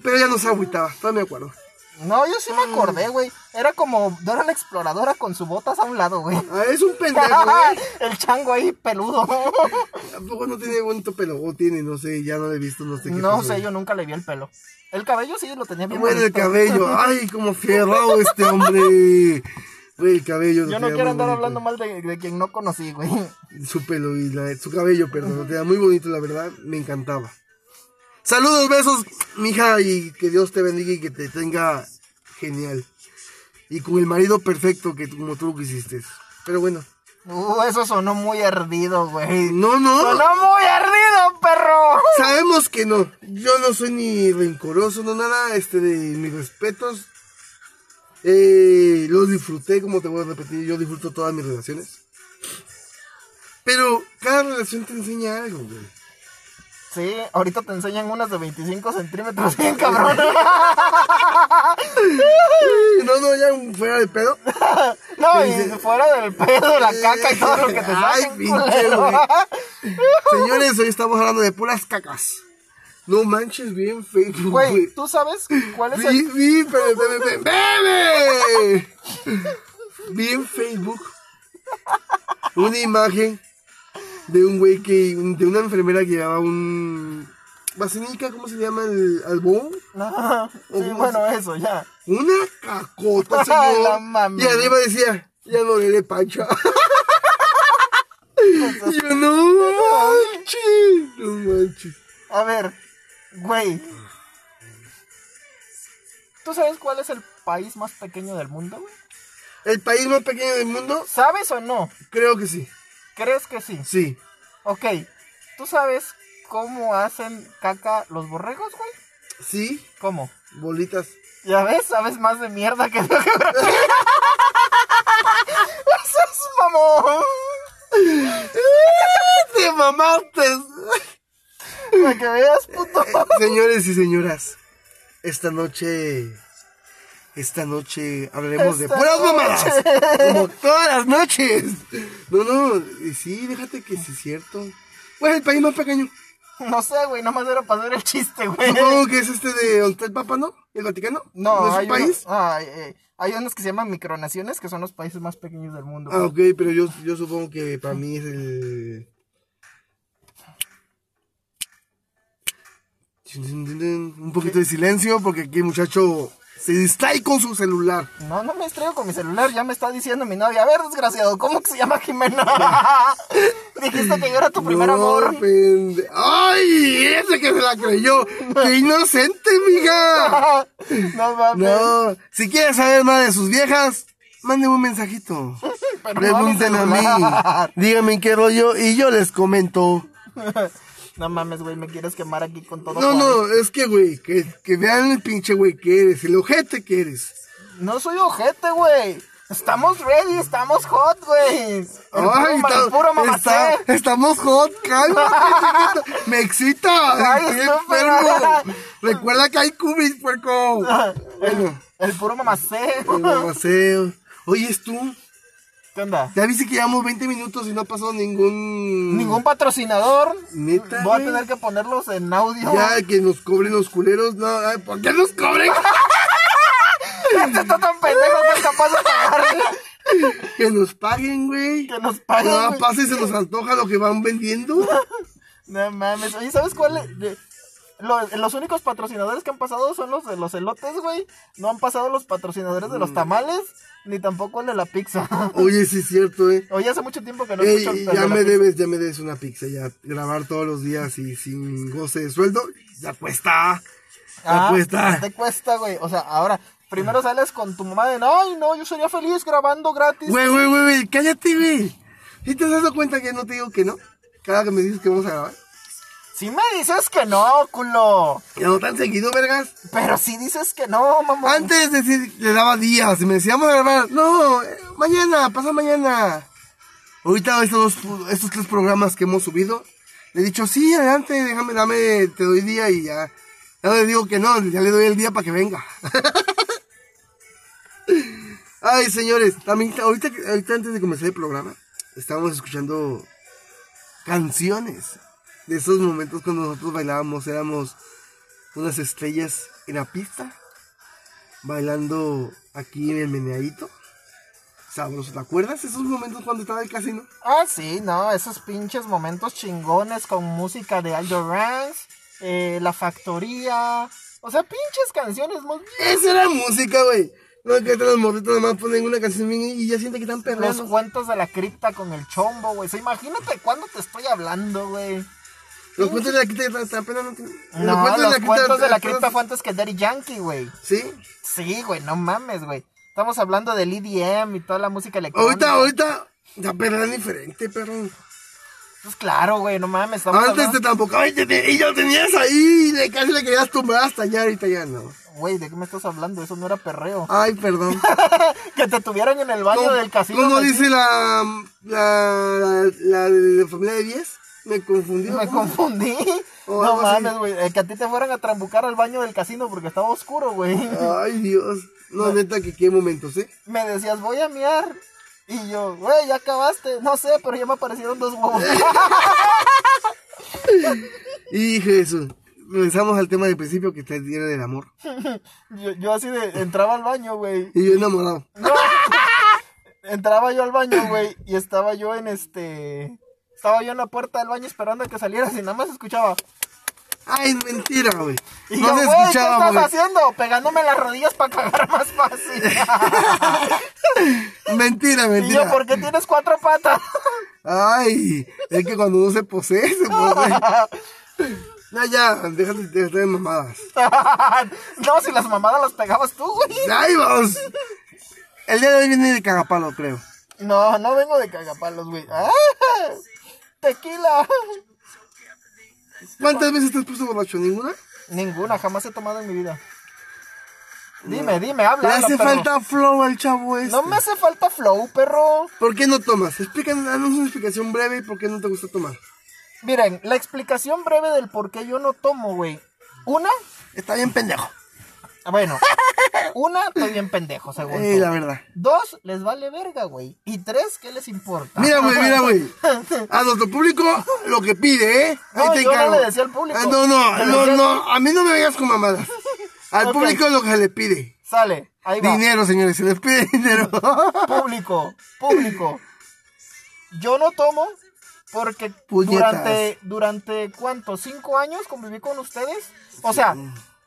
Speaker 2: Pero ya no se agüitaba, todavía me acuerdo.
Speaker 1: No, yo sí me
Speaker 2: Mm.
Speaker 1: acordé, güey. Era como Dora la exploradora con sus botas a un lado, güey.
Speaker 2: Ah, es un
Speaker 1: *laughs*
Speaker 2: pendejo, güey.
Speaker 1: el chango ahí peludo.
Speaker 2: Tampoco no tiene bonito pelo, o tiene, no sé, ya no lo he visto, no sé qué
Speaker 1: No
Speaker 2: pasó.
Speaker 1: sé, yo nunca le vi el pelo. El cabello sí lo tenía bien
Speaker 2: Bueno, el
Speaker 1: bonito.
Speaker 2: cabello. Ay, como fierrado este hombre. Güey, el cabello.
Speaker 1: Yo no quiero andar hablando mal de, de quien no conocí, güey. *laughs*
Speaker 2: mal. Su pelo y la- su cabello, perdón. Lo tenía muy bonito, la verdad. Me encantaba. Saludos, besos, mija. Y que Dios te bendiga y que te tenga genial. Y con el marido perfecto que tú- como tú lo quisiste. Pero bueno.
Speaker 1: Uh, eso sonó muy ardido, güey.
Speaker 2: No, no.
Speaker 1: Sonó muy ardido, perro.
Speaker 2: Sabemos que no. Yo no soy ni rencoroso, no nada. Este, de mis respetos. Eh, lo disfruté, como te voy a repetir, yo disfruto todas mis relaciones. Pero cada relación te enseña algo, güey.
Speaker 1: Sí, ahorita te enseñan unas de 25 centímetros, bien cabrón.
Speaker 2: *laughs* No, no, ya fuera de pedo.
Speaker 1: No, y fuera del pedo, la caca y todo lo que te
Speaker 2: eh, Ay,
Speaker 1: saquen,
Speaker 2: pinche,
Speaker 1: culero.
Speaker 2: güey. Señores, hoy estamos hablando de puras cacas. No manches bien
Speaker 1: *laughs*
Speaker 2: Facebook,
Speaker 1: Güey,
Speaker 2: güey.
Speaker 1: ¿tú sabes cuál es
Speaker 2: Vi,
Speaker 1: el...?
Speaker 2: vi, pero, pero, pero- ¡Bebe! Vi en Facebook una imagen de un güey que. de una enfermera que llevaba un. Vacinica, ¿cómo se llama? El albón.
Speaker 1: *laughs* No, sí, bueno, eso, ya.
Speaker 2: Una
Speaker 1: *laughs*
Speaker 2: cacota,
Speaker 1: Ay,
Speaker 2: señor.
Speaker 1: la mami.
Speaker 2: y arriba decía, ya no le dé pancha. *laughs* Y yo no manches, no manches.
Speaker 1: A ver, güey. ¿Tú sabes cuál es el país más pequeño del mundo, güey?
Speaker 2: El país más pequeño del mundo,
Speaker 1: ¿Sabes o no?
Speaker 2: creo que sí.
Speaker 1: ¿Crees que sí?
Speaker 2: Sí.
Speaker 1: Ok, ¿tú sabes cómo hacen caca los borregos, güey?
Speaker 2: Sí,
Speaker 1: ¿Cómo?
Speaker 2: bolitas.
Speaker 1: Ya ves, sabes más de mierda que de geografía. *laughs* ¡Eso es mamón!
Speaker 2: ¡Te mamaste! *laughs*
Speaker 1: Para que veas, puto.
Speaker 2: Señores y señoras, esta noche. Esta noche hablaremos de
Speaker 1: Esta
Speaker 2: puras
Speaker 1: noche.
Speaker 2: mamadas. Como todas las noches. No, no, y sí, déjate que sí es cierto. Bueno, el país más pequeño.
Speaker 1: No sé, güey, nomás era para hacer el chiste, güey.
Speaker 2: Supongo que es este de donde está el Papa, ¿no? ¿El Vaticano?
Speaker 1: No,
Speaker 2: es
Speaker 1: hay,
Speaker 2: un país?
Speaker 1: uno- ay, eh, hay unos que se llaman micronaciones, que son los países más pequeños del mundo.
Speaker 2: Ah, ok, pero yo, yo supongo que para mí es el. Un poquito de silencio porque aquí el muchacho Se distrae con su celular.
Speaker 1: No, no me estrego con mi celular, ya me está diciendo mi novia. A ver, desgraciado, ¿cómo que se llama Jimena? *laughs* Dijiste que yo era tu primer
Speaker 2: No,
Speaker 1: amor.
Speaker 2: pende- ¡Ay! Ese que se la creyó. ¡Qué inocente, mija!
Speaker 1: *laughs* no mames.
Speaker 2: No. Si quieres saber más de sus viejas, mándenme un mensajito.
Speaker 1: Pero *laughs* no a mi
Speaker 2: Pregúntenme a mí.
Speaker 1: celular.
Speaker 2: Díganme qué rollo y yo les comento.
Speaker 1: No mames, güey, me quieres quemar aquí con todo.
Speaker 2: No,
Speaker 1: Juan.
Speaker 2: no, es que, güey, que, que vean el pinche güey que eres, el ojete que eres.
Speaker 1: No soy ojete, güey. Estamos ready, estamos hot, güey. El puro, ma- el
Speaker 2: está-
Speaker 1: puro mamacé. *laughs*
Speaker 2: está- estamos hot, cálmate, chiquito. Me excita.
Speaker 1: Ay,
Speaker 2: estoy
Speaker 1: estúpido.
Speaker 2: enfermo. Recuerda que hay
Speaker 1: *laughs*
Speaker 2: cubis, puerco. Bueno,
Speaker 1: El puro mamacé.
Speaker 2: el mamaceo. Oyes tú,
Speaker 1: *laughs* ¿Qué onda?
Speaker 2: ya viste que llevamos 20 minutos y no ha pasado ningún.
Speaker 1: Ningún patrocinador.
Speaker 2: Neta,
Speaker 1: Voy a
Speaker 2: güey.
Speaker 1: tener que ponerlos en audio.
Speaker 2: Ya que nos cobren los culeros. No, ay, ¿por qué nos cobren?
Speaker 1: *laughs* Este está tan pendejo que es capaz de pagarle.
Speaker 2: que nos paguen, güey.
Speaker 1: Que nos paguen,
Speaker 2: No,
Speaker 1: güey.
Speaker 2: Ah, pasa y se nos antoja lo que van vendiendo.
Speaker 1: No mames. Oye, ¿sabes cuál? es? De- Los, los únicos patrocinadores que han pasado son los de los elotes, güey. No han pasado los patrocinadores de
Speaker 2: Mm.
Speaker 1: los tamales, ni tampoco el de la pizza. *laughs*
Speaker 2: Oye, sí es cierto, eh.
Speaker 1: Oye, hace mucho tiempo que no
Speaker 2: Ey,
Speaker 1: escucho el de
Speaker 2: ya
Speaker 1: la
Speaker 2: me
Speaker 1: pizza.
Speaker 2: debes, ya me debes una pizza, ya grabar todos los días y sin goce de sueldo, ya cuesta, ya
Speaker 1: Ah,
Speaker 2: cuesta.
Speaker 1: Te cuesta, güey. O sea, ahora, primero sales con tu mamá de, ay, no, yo sería feliz grabando gratis.
Speaker 2: Güey, güey, güey, güey, cállate, güey. ¿Y te has dado cuenta que no te digo que no? Cada que me dices que vamos a grabar.
Speaker 1: Si me dices que no, culo.
Speaker 2: Ya no tan seguido, vergas.
Speaker 1: Pero si dices que no, mamá.
Speaker 2: Antes decir, le daba días y me decía, vamos a grabar. No, eh, mañana, pasa mañana. Ahorita estos, dos- estos tres programas que hemos subido, le he dicho, sí, adelante, déjame, dame, te doy día y ya. Ya no le digo que no, ya le doy el día para que venga. *laughs* Ay, señores, también ta- ahorita, que- ahorita antes de comenzar el programa, estábamos escuchando canciones de esos momentos cuando nosotros bailábamos, éramos unas estrellas en la pista, bailando aquí en el meneadito. Sabroso, ¿te acuerdas esos momentos cuando estaba el casino?
Speaker 1: Ah, sí, no, esos pinches momentos chingones con música de Aldo Ranks, eh, La Factoría. O sea, pinches canciones muy
Speaker 2: Esa era música, güey. No, que los morritos nomás ponen una canción bien y ya sienten que están
Speaker 1: Los
Speaker 2: perreando.
Speaker 1: cuentos de la cripta con el chombo, güey. O sea, imagínate cuándo te estoy hablando, güey.
Speaker 2: Los cuentos de la cripta están- están apenas no tienen-
Speaker 1: No, los cuentos de la
Speaker 2: apenas-
Speaker 1: cripta fue antes que Daddy Yankee, güey.
Speaker 2: Sí.
Speaker 1: Sí, güey, no mames, güey. Estamos hablando del EDM y toda la música electrónica.
Speaker 2: Ahorita, ahorita, la perra es diferente, perro.
Speaker 1: Pues claro, güey, no mames. Estamos
Speaker 2: Antes
Speaker 1: hablando-
Speaker 2: te tampoco, ay, te- te- y ya lo tenías ahí, le casi le querías tumbar hasta allá, ahorita ya no.
Speaker 1: Güey, ¿de qué me estás hablando? Eso no era perreo. *laughs*
Speaker 2: Ay, perdón.
Speaker 1: que te tuvieron en el baño
Speaker 2: ¿Cómo,
Speaker 1: del casino.
Speaker 2: cómo
Speaker 1: güey.
Speaker 2: dice la, la, la, la de la familia de 10? Me confundí.
Speaker 1: Me
Speaker 2: ¿cómo?
Speaker 1: confundí.
Speaker 2: O
Speaker 1: no
Speaker 2: algo así.
Speaker 1: mames, güey. eh, Que a ti te fueran a trambucar al baño del casino porque estaba oscuro, güey.
Speaker 2: Ay, Dios. No, neta, que qué momentos, ¿eh?
Speaker 1: Me decías, voy a miar. Y yo, güey, ya acabaste. No sé, pero ya me aparecieron dos huevos. *laughs*
Speaker 2: Y Jesús, regresamos al tema del principio que te dieron el amor.
Speaker 1: yo, yo así de, entraba al baño, güey.
Speaker 2: Y yo enamorado.
Speaker 1: Entraba yo al baño, güey, y estaba yo en este. Estaba yo en la puerta del baño esperando a que salieras y nada más escuchaba.
Speaker 2: Ay, mentira, güey.
Speaker 1: Y
Speaker 2: No
Speaker 1: yo,
Speaker 2: se
Speaker 1: güey, ¿qué
Speaker 2: escuchaba,
Speaker 1: estás
Speaker 2: güey.
Speaker 1: haciendo? Pegándome las rodillas para cagar más
Speaker 2: *laughs*
Speaker 1: fácil. *laughs*
Speaker 2: Mentira,
Speaker 1: y yo,
Speaker 2: mentira.
Speaker 1: ¿por qué tienes cuatro patas?
Speaker 2: Ay, es que cuando uno se posee, se posee.
Speaker 1: *laughs*
Speaker 2: No, ya, déjate, déjate de mamadas.
Speaker 1: *laughs* no, si las mamadas las pegabas tú, güey.
Speaker 2: Ay, vamos. El día de hoy viene de cagapalo, creo.
Speaker 1: No, no vengo de cagapalos, güey. Ah, Tequila.
Speaker 2: ¿Cuántas veces te has puesto borracho? ¿Ninguna?
Speaker 1: Ninguna, jamás he tomado en mi vida. Dime, dime, habla.
Speaker 2: Le
Speaker 1: habla,
Speaker 2: hace
Speaker 1: perro.
Speaker 2: falta flow al chavo este.
Speaker 1: No me hace falta flow, perro.
Speaker 2: ¿Por qué no tomas? Explícanos, danos una explicación breve y por qué no te gusta tomar.
Speaker 1: Miren, la explicación breve del por qué yo no tomo, güey. Una,
Speaker 2: Está bien pendejo. *laughs*
Speaker 1: bueno, una, estoy bien pendejo, según
Speaker 2: Eh,
Speaker 1: tú.
Speaker 2: la verdad.
Speaker 1: Dos, les vale verga, güey. Y tres, ¿qué les importa?
Speaker 2: Mira, güey, mira, güey. A nuestro público lo que pide, ¿eh? Ahí
Speaker 1: No,
Speaker 2: te
Speaker 1: yo no
Speaker 2: encargo.
Speaker 1: le decía al público.
Speaker 2: Ah, no,
Speaker 1: Le
Speaker 2: no, no,
Speaker 1: decía-
Speaker 2: no. A mí no me vengas con mamadas. Al
Speaker 1: Ok.
Speaker 2: público lo que se le pide.
Speaker 1: *laughs* Sale, ahí va.
Speaker 2: Dinero, señores, se les pide dinero.
Speaker 1: Público, público. Yo no tomo porque
Speaker 2: Puñetas.
Speaker 1: durante, durante cuánto, cinco años conviví con ustedes. O sea,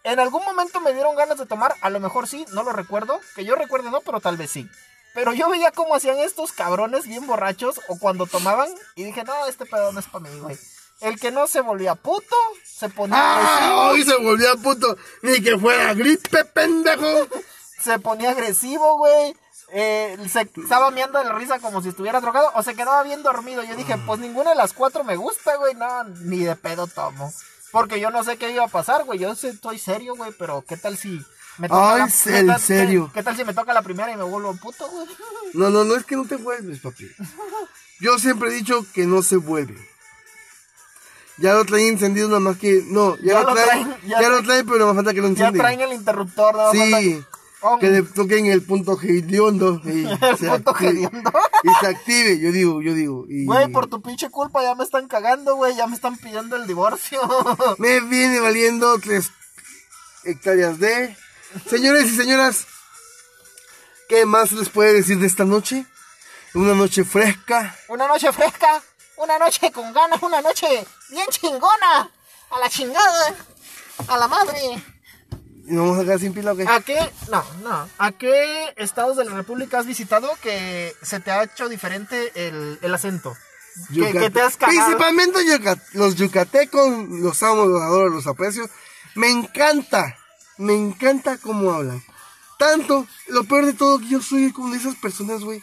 Speaker 1: En algún momento me dieron ganas de tomar, a lo mejor sí, no lo recuerdo, que yo recuerde no, pero tal vez sí. Pero yo veía cómo hacían estos cabrones bien borrachos o cuando tomaban y dije, no, este pedo no es para mí, güey. El que no se volvía puto, se ponía
Speaker 2: *laughs* ¡Ah!
Speaker 1: agresivo,
Speaker 2: Hoy se volvió puto. Ni que fuera gripe, pendejo.
Speaker 1: se ponía agresivo, güey. Eh, se estaba meando de la risa como si estuviera drogado o se quedaba bien dormido. Yo
Speaker 2: Mm.
Speaker 1: dije, pues ninguna de las cuatro me gusta, güey. No, ni de pedo tomo. Porque yo no sé qué iba a pasar, güey. Yo sí estoy serio, güey, pero ¿qué tal si me
Speaker 2: Ay,
Speaker 1: la-
Speaker 2: es
Speaker 1: qué
Speaker 2: el
Speaker 1: tal-
Speaker 2: serio.
Speaker 1: Qué, qué tal si me toca la primera y me vuelvo puto, güey? *laughs*
Speaker 2: No, no, no es que no te vuelves, papi. Yo siempre he dicho que no se vuelve. Ya lo traen encendido, nada más que. No, ya, lo traen. ya, lo traen, pero nada más falta que lo
Speaker 1: Ya
Speaker 2: enciendan.
Speaker 1: traen el interruptor, ¿no?
Speaker 2: Sí,
Speaker 1: Falta-
Speaker 2: que le toquen el punto hediondo y,
Speaker 1: *laughs* El
Speaker 2: se
Speaker 1: punto
Speaker 2: active- *laughs*
Speaker 1: hediondo.
Speaker 2: y se active, yo digo, yo digo. Y
Speaker 1: Güey, por tu pinche culpa ya me están cagando, güey. Ya me están pidiendo el divorcio. *laughs*
Speaker 2: Me viene valiendo tres hectáreas de... Señores y señoras, ¿qué más les puede decir de esta noche? Una noche fresca,
Speaker 1: Una noche fresca, una noche con ganas, una noche bien chingona. A la chingada, a la madre.
Speaker 2: y nos vamos a quedar sin pila, ¿o qué?
Speaker 1: ¿A qué? No, no. ¿A qué estados de la República has visitado que se te ha hecho diferente el, el acento? Que,
Speaker 2: Yucate-
Speaker 1: que te has cagado.
Speaker 2: Principalmente yuca- los yucatecos, los amo, los adoro, los aprecio. Me encanta, me encanta cómo hablan. Tanto, lo peor de todo, que yo soy como de esas personas, güey,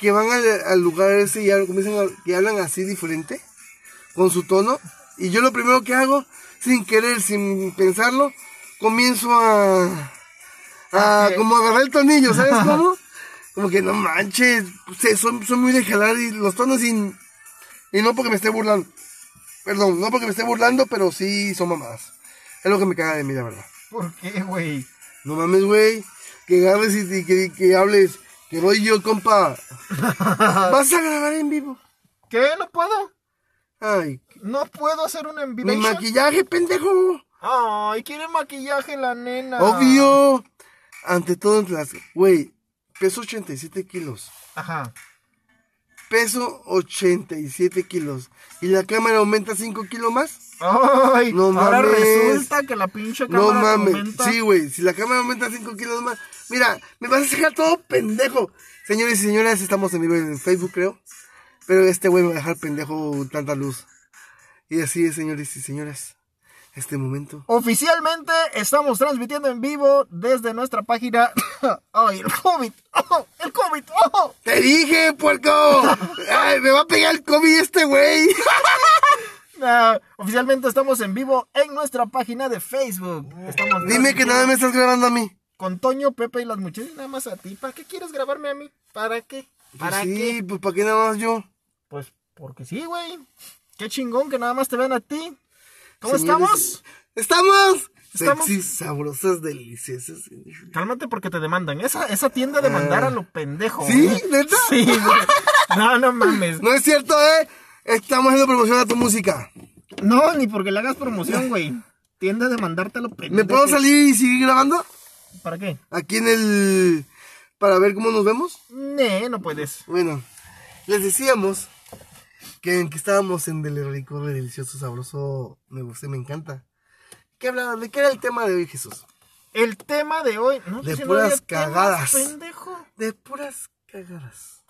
Speaker 2: que van al, al lugar ese y hablan, comienzan a- que hablan así diferente, con su tono. Y yo lo primero que hago, sin querer, sin pensarlo, comienzo a. a
Speaker 1: Ah, Ok.
Speaker 2: como agarrar el tornillo,
Speaker 1: *laughs*
Speaker 2: ¿sabes cómo? Como que no manches, se- son, son muy de jalar y los tonos sin. Y no porque me esté burlando. Perdón, no porque me esté burlando, pero sí son mamadas. Es lo que me caga de mí, la verdad.
Speaker 1: ¿Por qué, güey? *laughs*
Speaker 2: No mames, güey. Que agarres y, y que, que hables. Que voy yo, compa. Vas a grabar en vivo.
Speaker 1: ¿Qué? ¿No puedo?
Speaker 2: Ay,
Speaker 1: ¿No puedo hacer un en
Speaker 2: mi maquillaje, pendejo.
Speaker 1: Ay, quiere maquillaje la nena.
Speaker 2: Obvio. Ante todo, en Tlaxcala. Güey, peso 87 kilos.
Speaker 1: Ajá.
Speaker 2: Peso 87 kilos. Y la cámara aumenta 5 kilos más.
Speaker 1: Ay,
Speaker 2: No
Speaker 1: ahora
Speaker 2: mames.
Speaker 1: resulta que la pinche
Speaker 2: No
Speaker 1: cámara te
Speaker 2: mames,
Speaker 1: aumenta.
Speaker 2: sí, güey, si la cámara aumenta 5 kilos más, mira, me vas a dejar todo pendejo. Señores y señoras, estamos en vivo en Facebook, creo. Pero este güey me va a dejar pendejo tanta luz. Y así es, señores y señoras, este momento.
Speaker 1: Oficialmente estamos transmitiendo en vivo desde nuestra página. *coughs* Ay, el COVID. Oh, el COVID. Oh.
Speaker 2: ¡Te dije,
Speaker 1: *laughs*
Speaker 2: puerco! ¡Ay, me va a pegar el COVID este güey!
Speaker 1: Ah, oficialmente estamos en vivo en nuestra página de Facebook. Estamos
Speaker 2: Dime que nada me estás grabando a mí.
Speaker 1: Con Toño, Pepe y las muchachas, nada más a ti. ¿Para qué quieres grabarme a mí? ¿Para qué? ¿Para
Speaker 2: Pues
Speaker 1: qué?
Speaker 2: sí, pues ¿para qué nada más yo?
Speaker 1: Pues porque sí, güey. Qué chingón que nada más te vean a ti. ¿Cómo
Speaker 2: Señores,
Speaker 1: estamos?
Speaker 2: ¡Estamos!
Speaker 1: Estamos-
Speaker 2: Sexy, sabrosas, deliciosas.
Speaker 1: Cálmate porque te demandan. Esa, esa tienda de mandar a lo pendejo.
Speaker 2: Eh, ¿Sí?
Speaker 1: güey.
Speaker 2: ¿Neta?
Speaker 1: Sí, güey. No, no mames.
Speaker 2: No es cierto, ¿eh? Estamos haciendo promoción a tu música.
Speaker 1: No, ni porque le hagas promoción, güey. Tienda de mandarte a lo pendejo.
Speaker 2: ¿Me puedo salir y seguir grabando?
Speaker 1: ¿Para qué?
Speaker 2: Aquí en el... Para ver cómo nos vemos.
Speaker 1: Ne, no puedes.
Speaker 2: Bueno, les decíamos que, que estábamos en Del Rico, Delicioso, Sabroso, me gusta, me encanta. ¿Qué hablaba? ¿De qué era el tema de hoy, Jesús?
Speaker 1: El tema de hoy. No,
Speaker 2: De
Speaker 1: si no
Speaker 2: puras
Speaker 1: había temas,
Speaker 2: cagadas.
Speaker 1: pendejo.
Speaker 2: De puras cagadas.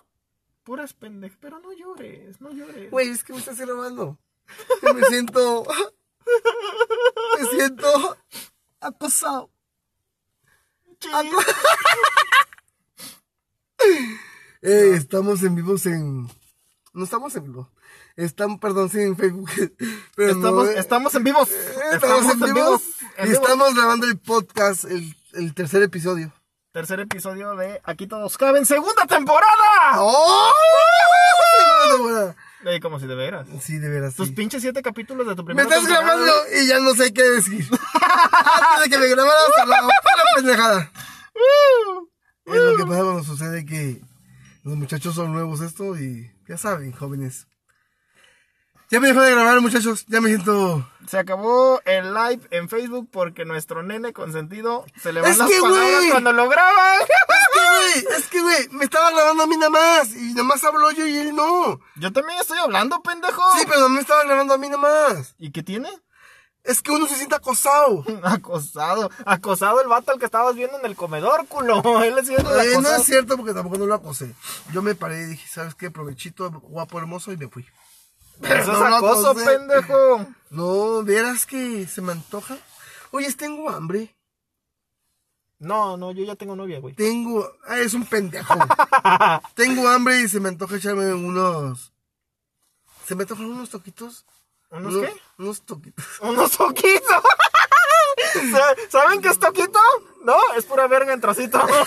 Speaker 1: Puras pendejas. Pero no llores, no llores.
Speaker 2: Güey, es que me estás grabando. Yo Me siento... *laughs* Me siento... Acosado.
Speaker 1: Che,
Speaker 2: ah, *laughs* Eh, estamos en vivos en. No estamos en vivo. Están, perdón, sí, en Facebook. *laughs* Pero
Speaker 1: estamos,
Speaker 2: no, eh,
Speaker 1: estamos en vivo.
Speaker 2: eh, estamos en vivos.
Speaker 1: en
Speaker 2: y
Speaker 1: vivo.
Speaker 2: estamos grabando el podcast, el, el tercer episodio.
Speaker 1: Tercer episodio de Aquí Todos Caben, segunda temporada.
Speaker 2: ¡Oh! Bueno,
Speaker 1: Ey, como si de veras.
Speaker 2: bueno, Sí, de veras.
Speaker 1: Tus
Speaker 2: sí.
Speaker 1: pinches siete capítulos de tu
Speaker 2: Me
Speaker 1: primera
Speaker 2: estás
Speaker 1: temporada,
Speaker 2: grabando
Speaker 1: güey.
Speaker 2: y ya no sé qué decir. Antes de que me grabaras hablaba pura pendejada.
Speaker 1: Uh.
Speaker 2: Es lo que pasa cuando sucede que los muchachos son nuevos esto y ya saben, jóvenes. Ya me dejó de grabar, muchachos. Ya me siento
Speaker 1: Se acabó el live en Facebook porque nuestro nene consentido se le van
Speaker 2: Es
Speaker 1: las
Speaker 2: que,
Speaker 1: palabras
Speaker 2: güey.
Speaker 1: cuando lo graban.
Speaker 2: Es que, güey, es que, güey, me estaba grabando a mí nada más. Y nada más hablo yo y él no.
Speaker 1: Yo también estoy hablando, pendejo.
Speaker 2: Sí, pero me estaba grabando a mí nada más.
Speaker 1: ¿Y qué tiene?
Speaker 2: Es que uno se siente acosado.
Speaker 1: Acosado. Acosado el vato al que estabas viendo en el comedor, culo. *laughs* Él es el
Speaker 2: Eh, no
Speaker 1: acosado.
Speaker 2: es cierto porque tampoco no lo acosé. Yo me paré y dije, ¿sabes qué? Provechito, guapo, hermoso, y me fui.
Speaker 1: Eso es
Speaker 2: no lo
Speaker 1: acoso,
Speaker 2: acosé.
Speaker 1: pendejo.
Speaker 2: No, vieras que se me antoja. Oye, tengo hambre.
Speaker 1: No, no, yo ya tengo novia, güey.
Speaker 2: Tengo. Ah, es
Speaker 1: *laughs*
Speaker 2: un pendejo. tengo hambre y se me antoja echarme unos. Se me antojan unos toquitos.
Speaker 1: ¿Unos
Speaker 2: Uno-
Speaker 1: qué?
Speaker 2: Unos toquitos. *laughs*
Speaker 1: ¡Unos toquitos! *laughs* Sa- ¿Saben qué es toquito? No, es pura verga en trocito. *laughs*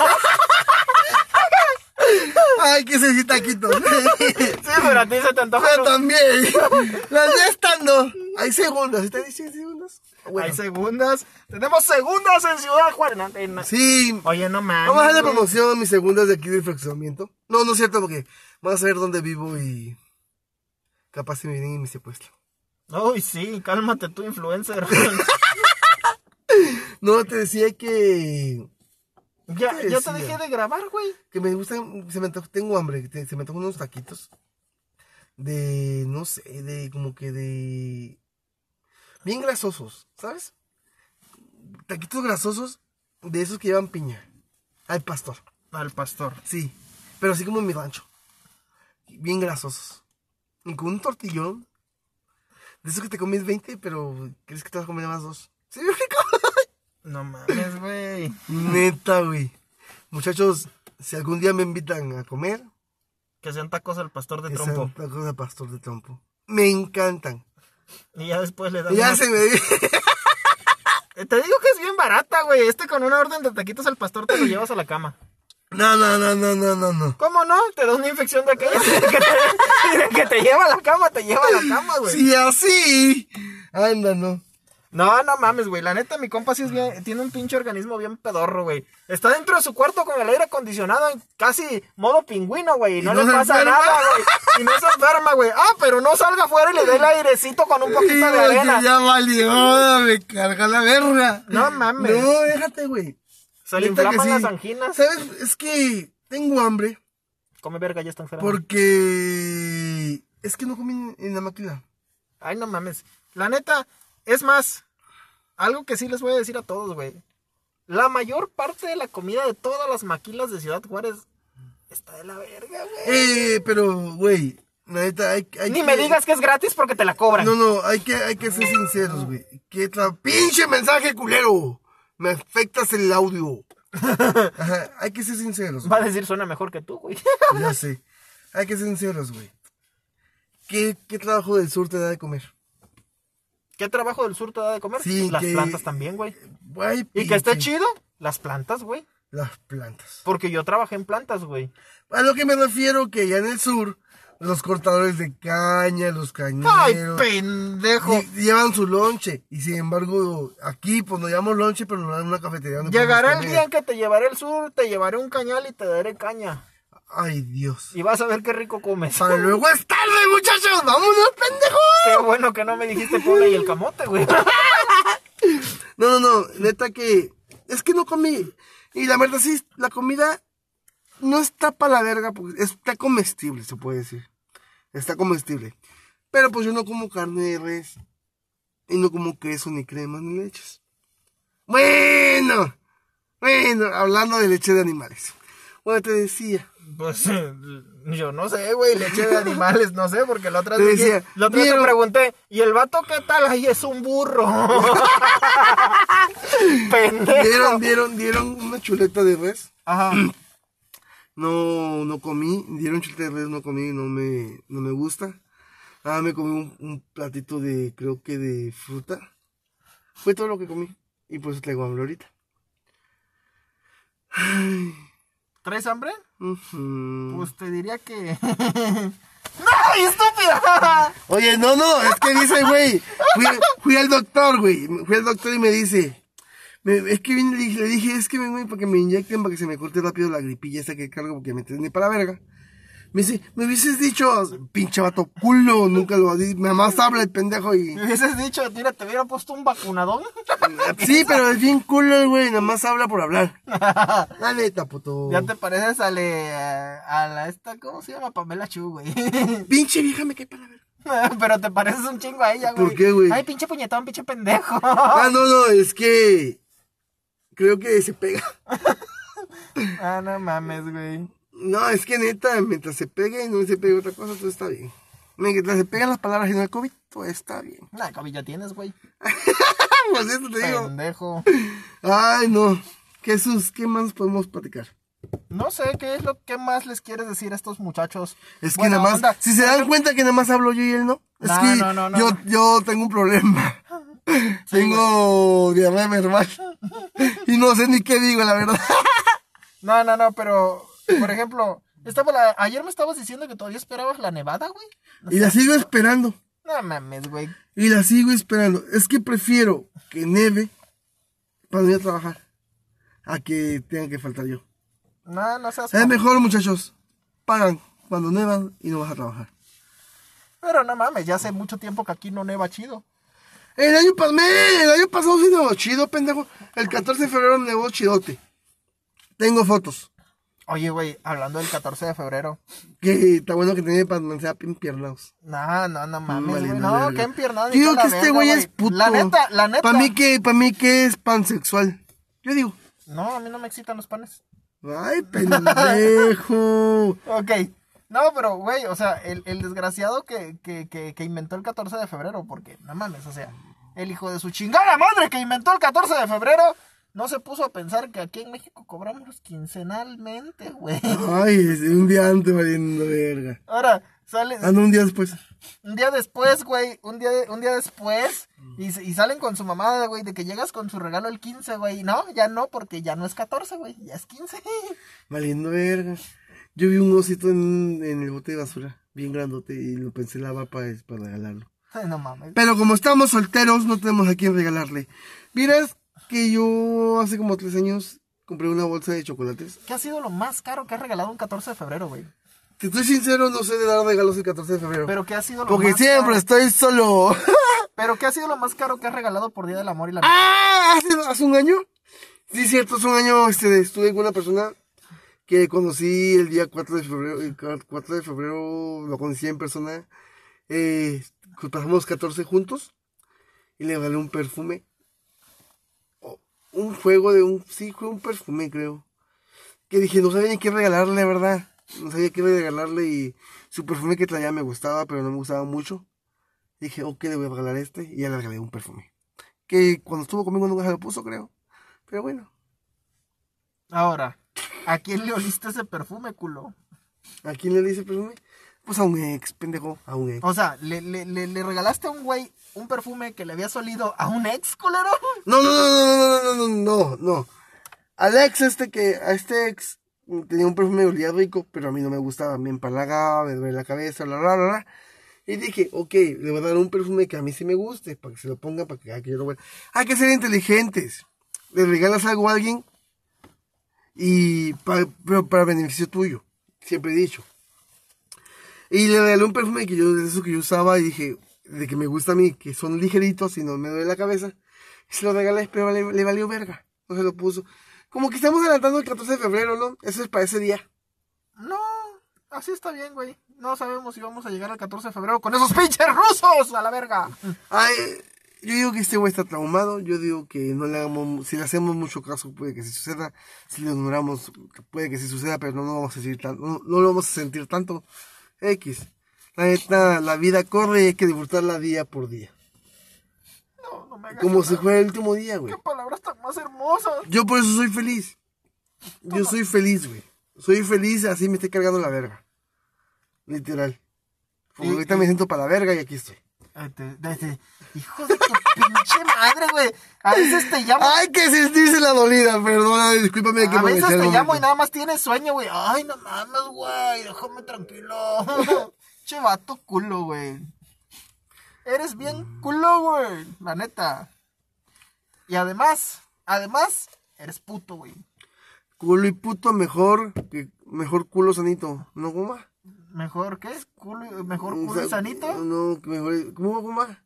Speaker 2: Ay, que se sí
Speaker 1: *laughs*
Speaker 2: taquitos.
Speaker 1: Sí, pero a ti se te antoja.
Speaker 2: Yo también. Las ya estando. Hay segundas. ¿Está diciendo segundas? Bueno,
Speaker 1: Hay segundas. Tenemos segundas en Ciudad Juárez. No, en-
Speaker 2: sí.
Speaker 1: Oye, no mames.
Speaker 2: Vamos a hacer
Speaker 1: güey.
Speaker 2: promoción mis segundas de aquí de fraccionamiento. No, no es cierto porque van a saber dónde vivo y. Capaz si me vienen y me secuestran.
Speaker 1: Uy, sí, cálmate tú,
Speaker 2: *laughs*
Speaker 1: influencer. *laughs*
Speaker 2: No, te decía que.
Speaker 1: ya,
Speaker 2: ¿Qué
Speaker 1: ya te
Speaker 2: decía?
Speaker 1: dejé de grabar, güey.
Speaker 2: Que me gustan. Se me antoja- tengo hambre. que te- se me antojan unos taquitos. De. No sé, de. Como que de. Bien grasosos, ¿sabes? Taquitos grasosos de esos que llevan piña. Al pastor.
Speaker 1: Al pastor.
Speaker 2: Sí, pero así como en mi rancho. Bien grasosos. Y con un tortillón. De esos que te comes 20, pero crees que te vas a comer más dos. ¿Sí, me explico? *laughs*
Speaker 1: No mames, güey.
Speaker 2: Neta, güey. Muchachos, si algún día me invitan a comer,
Speaker 1: Que sean tacos al pastor de
Speaker 2: que
Speaker 1: trompo.
Speaker 2: sean tacos de pastor de trompo. Me encantan.
Speaker 1: Y ya después le dan.
Speaker 2: Y ya
Speaker 1: unos-
Speaker 2: se me
Speaker 1: Te digo que es bien barata, güey. Este con una orden de taquitos al pastor te lo llevas a la cama.
Speaker 2: *laughs* No, no, no, no, no, no, no.
Speaker 1: ¿Cómo no? Te da una infección de aquella. *laughs* que te- de que te lleva a la cama, te lleva a la cama, güey.
Speaker 2: Si así. Anda, no.
Speaker 1: No, no mames, güey. La neta, mi compa sí es bien, tiene un pinche organismo bien pedorro, güey. Está dentro de su cuarto con el aire acondicionado en casi modo pingüino, güey. Y no,
Speaker 2: no
Speaker 1: le
Speaker 2: se
Speaker 1: pasa
Speaker 2: enferma.
Speaker 1: nada, güey. Y no se enferma, güey. Ah, pero no salga afuera y le dé el airecito con un poquito de
Speaker 2: Híjole,
Speaker 1: arena.
Speaker 2: ya valió, me carga la verga.
Speaker 1: No mames.
Speaker 2: No, déjate, güey.
Speaker 1: Se le
Speaker 2: Neta que
Speaker 1: inflaman
Speaker 2: sí.
Speaker 1: las anginas.
Speaker 2: ¿Sabes? Es que tengo hambre
Speaker 1: Come verga, ya está enfermo.
Speaker 2: porque es que no comí en- en la máquina.
Speaker 1: Ay, no mames. La neta, es más, algo que sí les voy a decir a todos, güey. La mayor parte de la comida de todas las maquilas de Ciudad Juárez está de la verga, güey.
Speaker 2: Eh, pero, güey, la neta, hay, hay
Speaker 1: Ni
Speaker 2: que-
Speaker 1: me digas que es gratis porque te la cobran.
Speaker 2: No, no, hay que, hay que ser sinceros, güey. Que tra- pinche mensaje culero. Me afectas el
Speaker 1: *laughs*
Speaker 2: audio. Ajá, hay que ser sinceros.
Speaker 1: Va a decir, suena mejor que tú, güey. *laughs*
Speaker 2: güey, Ya sé. Hay que ser sinceros, güey. ¿Qué, ¿Qué trabajo del sur te da de comer?
Speaker 1: ¿Qué trabajo del sur te da de comer?
Speaker 2: Sí,
Speaker 1: las
Speaker 2: que-
Speaker 1: plantas también, güey.
Speaker 2: Güey,
Speaker 1: Y que esté
Speaker 2: pinche-
Speaker 1: chido, las plantas, güey.
Speaker 2: Las plantas.
Speaker 1: Porque yo trabajé en plantas, güey.
Speaker 2: A lo que me refiero que allá en el sur, los cortadores de caña, los
Speaker 1: Ay,
Speaker 2: cañeros,
Speaker 1: pendejo.
Speaker 2: lle- llevan su lonche. Y sin embargo, aquí pues nos llamamos lonche, pero nos dan una cafetería. donde
Speaker 1: Llegará el
Speaker 2: podemos
Speaker 1: día
Speaker 2: comer.
Speaker 1: en que te llevaré al sur, te llevaré un cañal y te daré caña.
Speaker 2: Ay, Dios.
Speaker 1: Y vas a ver qué rico comes. *laughs*
Speaker 2: Para luego es tarde, muchachos. ¡Vámonos, pendejo!
Speaker 1: Qué bueno que no me dijiste pone y el camote, güey.
Speaker 2: No, no, no. Neta que... Es que no comí. Y la verdad sí, la comida no está para la verga. Porque está comestible, se puede decir. Está comestible. Pero pues yo no como carne de res. Y no como queso, ni crema, ni leches. Bueno. Bueno, hablando de leche de animales. Bueno, te decía.
Speaker 1: *laughs* Pues eh, yo no sé, güey, leche de animales, no sé, porque la otra
Speaker 2: Te
Speaker 1: vez dije-
Speaker 2: decía,
Speaker 1: la otra vez te
Speaker 2: "Mira".
Speaker 1: pregunté, ¿y el vato qué tal? Ahí es un burro. *laughs* Pendejo. Mm.
Speaker 2: Dieron, dieron, dieron una chuleta de res.
Speaker 1: Ajá.
Speaker 2: No, no comí, dieron chuleta de res, no comí, no me, no me gusta. Ah, me comí un, un platito de, creo que de fruta. Fue todo lo que comí. Y por eso traigo hambre ahorita.
Speaker 1: ¿Traes hambre?
Speaker 2: Ujú.
Speaker 1: Pues te diría que. *laughs* ¡No, estúpida! *laughs*
Speaker 2: Oye, no, no, es que dice, güey, fui, fui al doctor, güey, fui al doctor y me dice, me- es que vine, le dije, le dije, es que vengo ahí para que me inyecten, para que se me corte rápido la gripilla esa que cargo, porque me tiene para la verga. Me dice, me hubieses dicho, pinche vato culo, nunca lo di, nada más habla el pendejo y...
Speaker 1: Me hubieses dicho, mira, te hubiera puesto un vacunadón.
Speaker 2: Sí, pero es bien culo el güey, nada más habla por hablar. *laughs* La neta, puto.
Speaker 1: ya te eh, pareces a, le- a la esta, ¿cómo se llama? Pamela Chu, güey. *laughs*
Speaker 2: Pinche vieja me cae para la verga.
Speaker 1: Pero te pareces un chingo a ella, güey.
Speaker 2: ¿Por qué, güey?
Speaker 1: Ay, pinche puñetón, pinche
Speaker 2: *laughs*
Speaker 1: pendejo.
Speaker 2: Ah, no, no, es que. Creo que se pega. *laughs*
Speaker 1: Ah, no mames, güey.
Speaker 2: No, es que neta, mientras se pegue y no se pegue otra cosa, todo está bien. Mientras se pegan las palabras y no el COVID, todo está bien. *laughs*
Speaker 1: La ya tienes, güey.
Speaker 2: pues eso te digo.
Speaker 1: Pendejo.
Speaker 2: Ay, no. Jesús, ¿qué más podemos platicar?
Speaker 1: No sé qué es lo que más les quieres decir a estos muchachos.
Speaker 2: Es que
Speaker 1: Buena
Speaker 2: nada más.
Speaker 1: onda.
Speaker 2: Si se dan cuenta que nada más hablo yo y él no. Es
Speaker 1: No,
Speaker 2: que
Speaker 1: no, no, no.
Speaker 2: Yo, yo tengo
Speaker 1: *laughs*
Speaker 2: un problema. tengo diarrea verbal. y no sé ni qué digo,
Speaker 1: *laughs*
Speaker 2: la verdad.
Speaker 1: No, no, no, pero por ejemplo, estaba la- ayer me estabas diciendo que todavía esperabas la nevada, güey.
Speaker 2: y la sigo esperando.
Speaker 1: No mames, güey.
Speaker 2: Y la sigo esperando. Es que prefiero que neve para no ir a trabajar. A que tenga que faltar yo.
Speaker 1: No, no seas.
Speaker 2: Es
Speaker 1: mamón.
Speaker 2: mejor, muchachos. Pagan cuando nevan y no vas a trabajar.
Speaker 1: Pero no mames, ya hace mucho tiempo que aquí no neva chido.
Speaker 2: El año, pas- men, el año pasado sí nevó chido, pendejo. El 14 de febrero nevó chidote. Tengo fotos.
Speaker 1: Oye, güey, hablando del 14 de febrero.
Speaker 2: Que está bueno que tiene para mansear piernados.
Speaker 1: No, no, no mames,
Speaker 2: Vale,
Speaker 1: güey.
Speaker 2: no,
Speaker 1: No,
Speaker 2: verga.
Speaker 1: qué empiernado. y
Speaker 2: Digo
Speaker 1: toda
Speaker 2: que
Speaker 1: la
Speaker 2: este
Speaker 1: verga,
Speaker 2: güey es puto.
Speaker 1: La neta, la neta.
Speaker 2: Para mí que, para mí que es pansexual. Yo digo,
Speaker 1: No, a mí no me excitan los panes.
Speaker 2: ay, pendejo.
Speaker 1: Ok. No, pero, güey, o sea, el, el desgraciado que, que, que, que inventó el 14 de febrero, porque, no mames, o sea, el hijo de su chingada madre que inventó el 14 de febrero, no se puso a pensar que aquí en México cobramos quincenalmente, güey. *laughs*
Speaker 2: Ay, es un día antes valiendo verga.
Speaker 1: Ahora, sale,
Speaker 2: Ah, no, un día después.
Speaker 1: un día después, güey, un día, de- un día después, y, s- y salen con su mamada, güey, de que llegas con su regalo el 15, güey. No, ya no, porque ya no es 14, güey, ya es 15.
Speaker 2: Valiendo verga. Yo vi un osito en, en el bote de basura, bien grandote, y lo pensé lavar para, para regalarlo.
Speaker 1: *laughs* No mames.
Speaker 2: Pero como estamos solteros, no tenemos a quién regalarle. Miras que yo hace como tres años compré una bolsa de chocolates.
Speaker 1: ¿Qué ha sido lo más caro que has regalado un 14 de febrero, güey?
Speaker 2: Te estoy sincero, no sé de dar regalos el 14 de febrero.
Speaker 1: Pero ¿qué ha sido lo
Speaker 2: porque
Speaker 1: más
Speaker 2: siempre
Speaker 1: caro?
Speaker 2: estoy solo.
Speaker 1: Pero ¿qué ha sido lo más caro que has regalado por Día del Amor y la Amistad?
Speaker 2: ¡Ah! ¿Hace, hace un año? Sí, cierto, hace un año este, estuve con una persona que conocí el día 4 de febrero. El ca- 4 de febrero lo conocí en persona. Eh, pasamos 14 juntos y le regalé un perfume. O- un juego de un. Sí, fue un perfume, creo. Que dije, no sabía ni qué regalarle, ¿verdad? No sabía qué regalarle y su perfume que traía me gustaba, pero no me gustaba mucho. Dije, ok, le voy a regalar este y ya le regalé un perfume que cuando estuvo conmigo nunca se lo puso, creo. Pero bueno,
Speaker 1: Ahora, ¿a quién le oliste ese perfume, culo?
Speaker 2: ¿a quién le dice perfume? Pues a un ex, pendejo, a un ex.
Speaker 1: O sea, ¿le, le, le, le regalaste a un güey un perfume que le había olido a un ex, culero?
Speaker 2: No, no, no, no, no, no, no, no, no. Al ex este que, a este ex mm, tenía un perfume que olía rico, pero a mí no me gustaba, me empalagaba, me duele la cabeza, bla, bla, bla, bla. Y dije, ok, le voy a dar un perfume que a mí sí me guste, para que se lo ponga, para que, ah, que yo lo huela. Hay que ser inteligentes. Le regalas algo a alguien y para, pero para beneficio tuyo, siempre he dicho. Y le regalé un perfume que yo, de esos que yo usaba y dije, de que me gusta a mí, que son ligeritos y no me duele la cabeza. Se lo regalé, pero le, le valió verga. No se lo puso. Como que estamos adelantando el 14 de febrero, ¿no? Eso es para ese día.
Speaker 1: No, así está bien, güey. No sabemos si vamos a llegar al 14 de febrero con esos *laughs* pinches rusos a la verga.
Speaker 2: Ay, yo digo que este güey está traumado. Yo digo que no le hagamos, si le hacemos mucho caso, puede que sí suceda. Si le ignoramos, puede que sí suceda, pero no, lo vamos a sentir tan- no, no lo vamos a sentir tanto. X. La neta, la vida corre y hay que disfrutarla día por día.
Speaker 1: No, no me hagas.
Speaker 2: Como si
Speaker 1: llorar.
Speaker 2: fuera el último día, güey.
Speaker 1: Qué palabras tan más hermosas.
Speaker 2: Yo por eso soy feliz. Yo soy feliz, güey. Soy feliz, así me estoy cargando la verga. Literal. Porque
Speaker 1: Y-
Speaker 2: ahorita me siento para la verga y aquí estoy.
Speaker 1: Ay, Eh, te- te- te- Hijo de tu *laughs* pinche madre, güey. A veces te llamo
Speaker 2: Hay que sentirse la dolida, perdona, discúlpame. Ah, que
Speaker 1: A veces
Speaker 2: aproveché el
Speaker 1: te llamo y
Speaker 2: momento.
Speaker 1: nada más tienes sueño, güey. Ay, no mames, güey. Déjame tranquilo. *laughs* che vato culo, güey. Eres bien culo, güey. La neta. Y además, además, eres puto, güey.
Speaker 2: Culo y puto mejor, que mejor culo sanito. ¿No, Guma?
Speaker 1: Mejor, ¿qué? Culo, mejor culo y sanito.
Speaker 2: No, que mejor. ¿Cómo, Guma?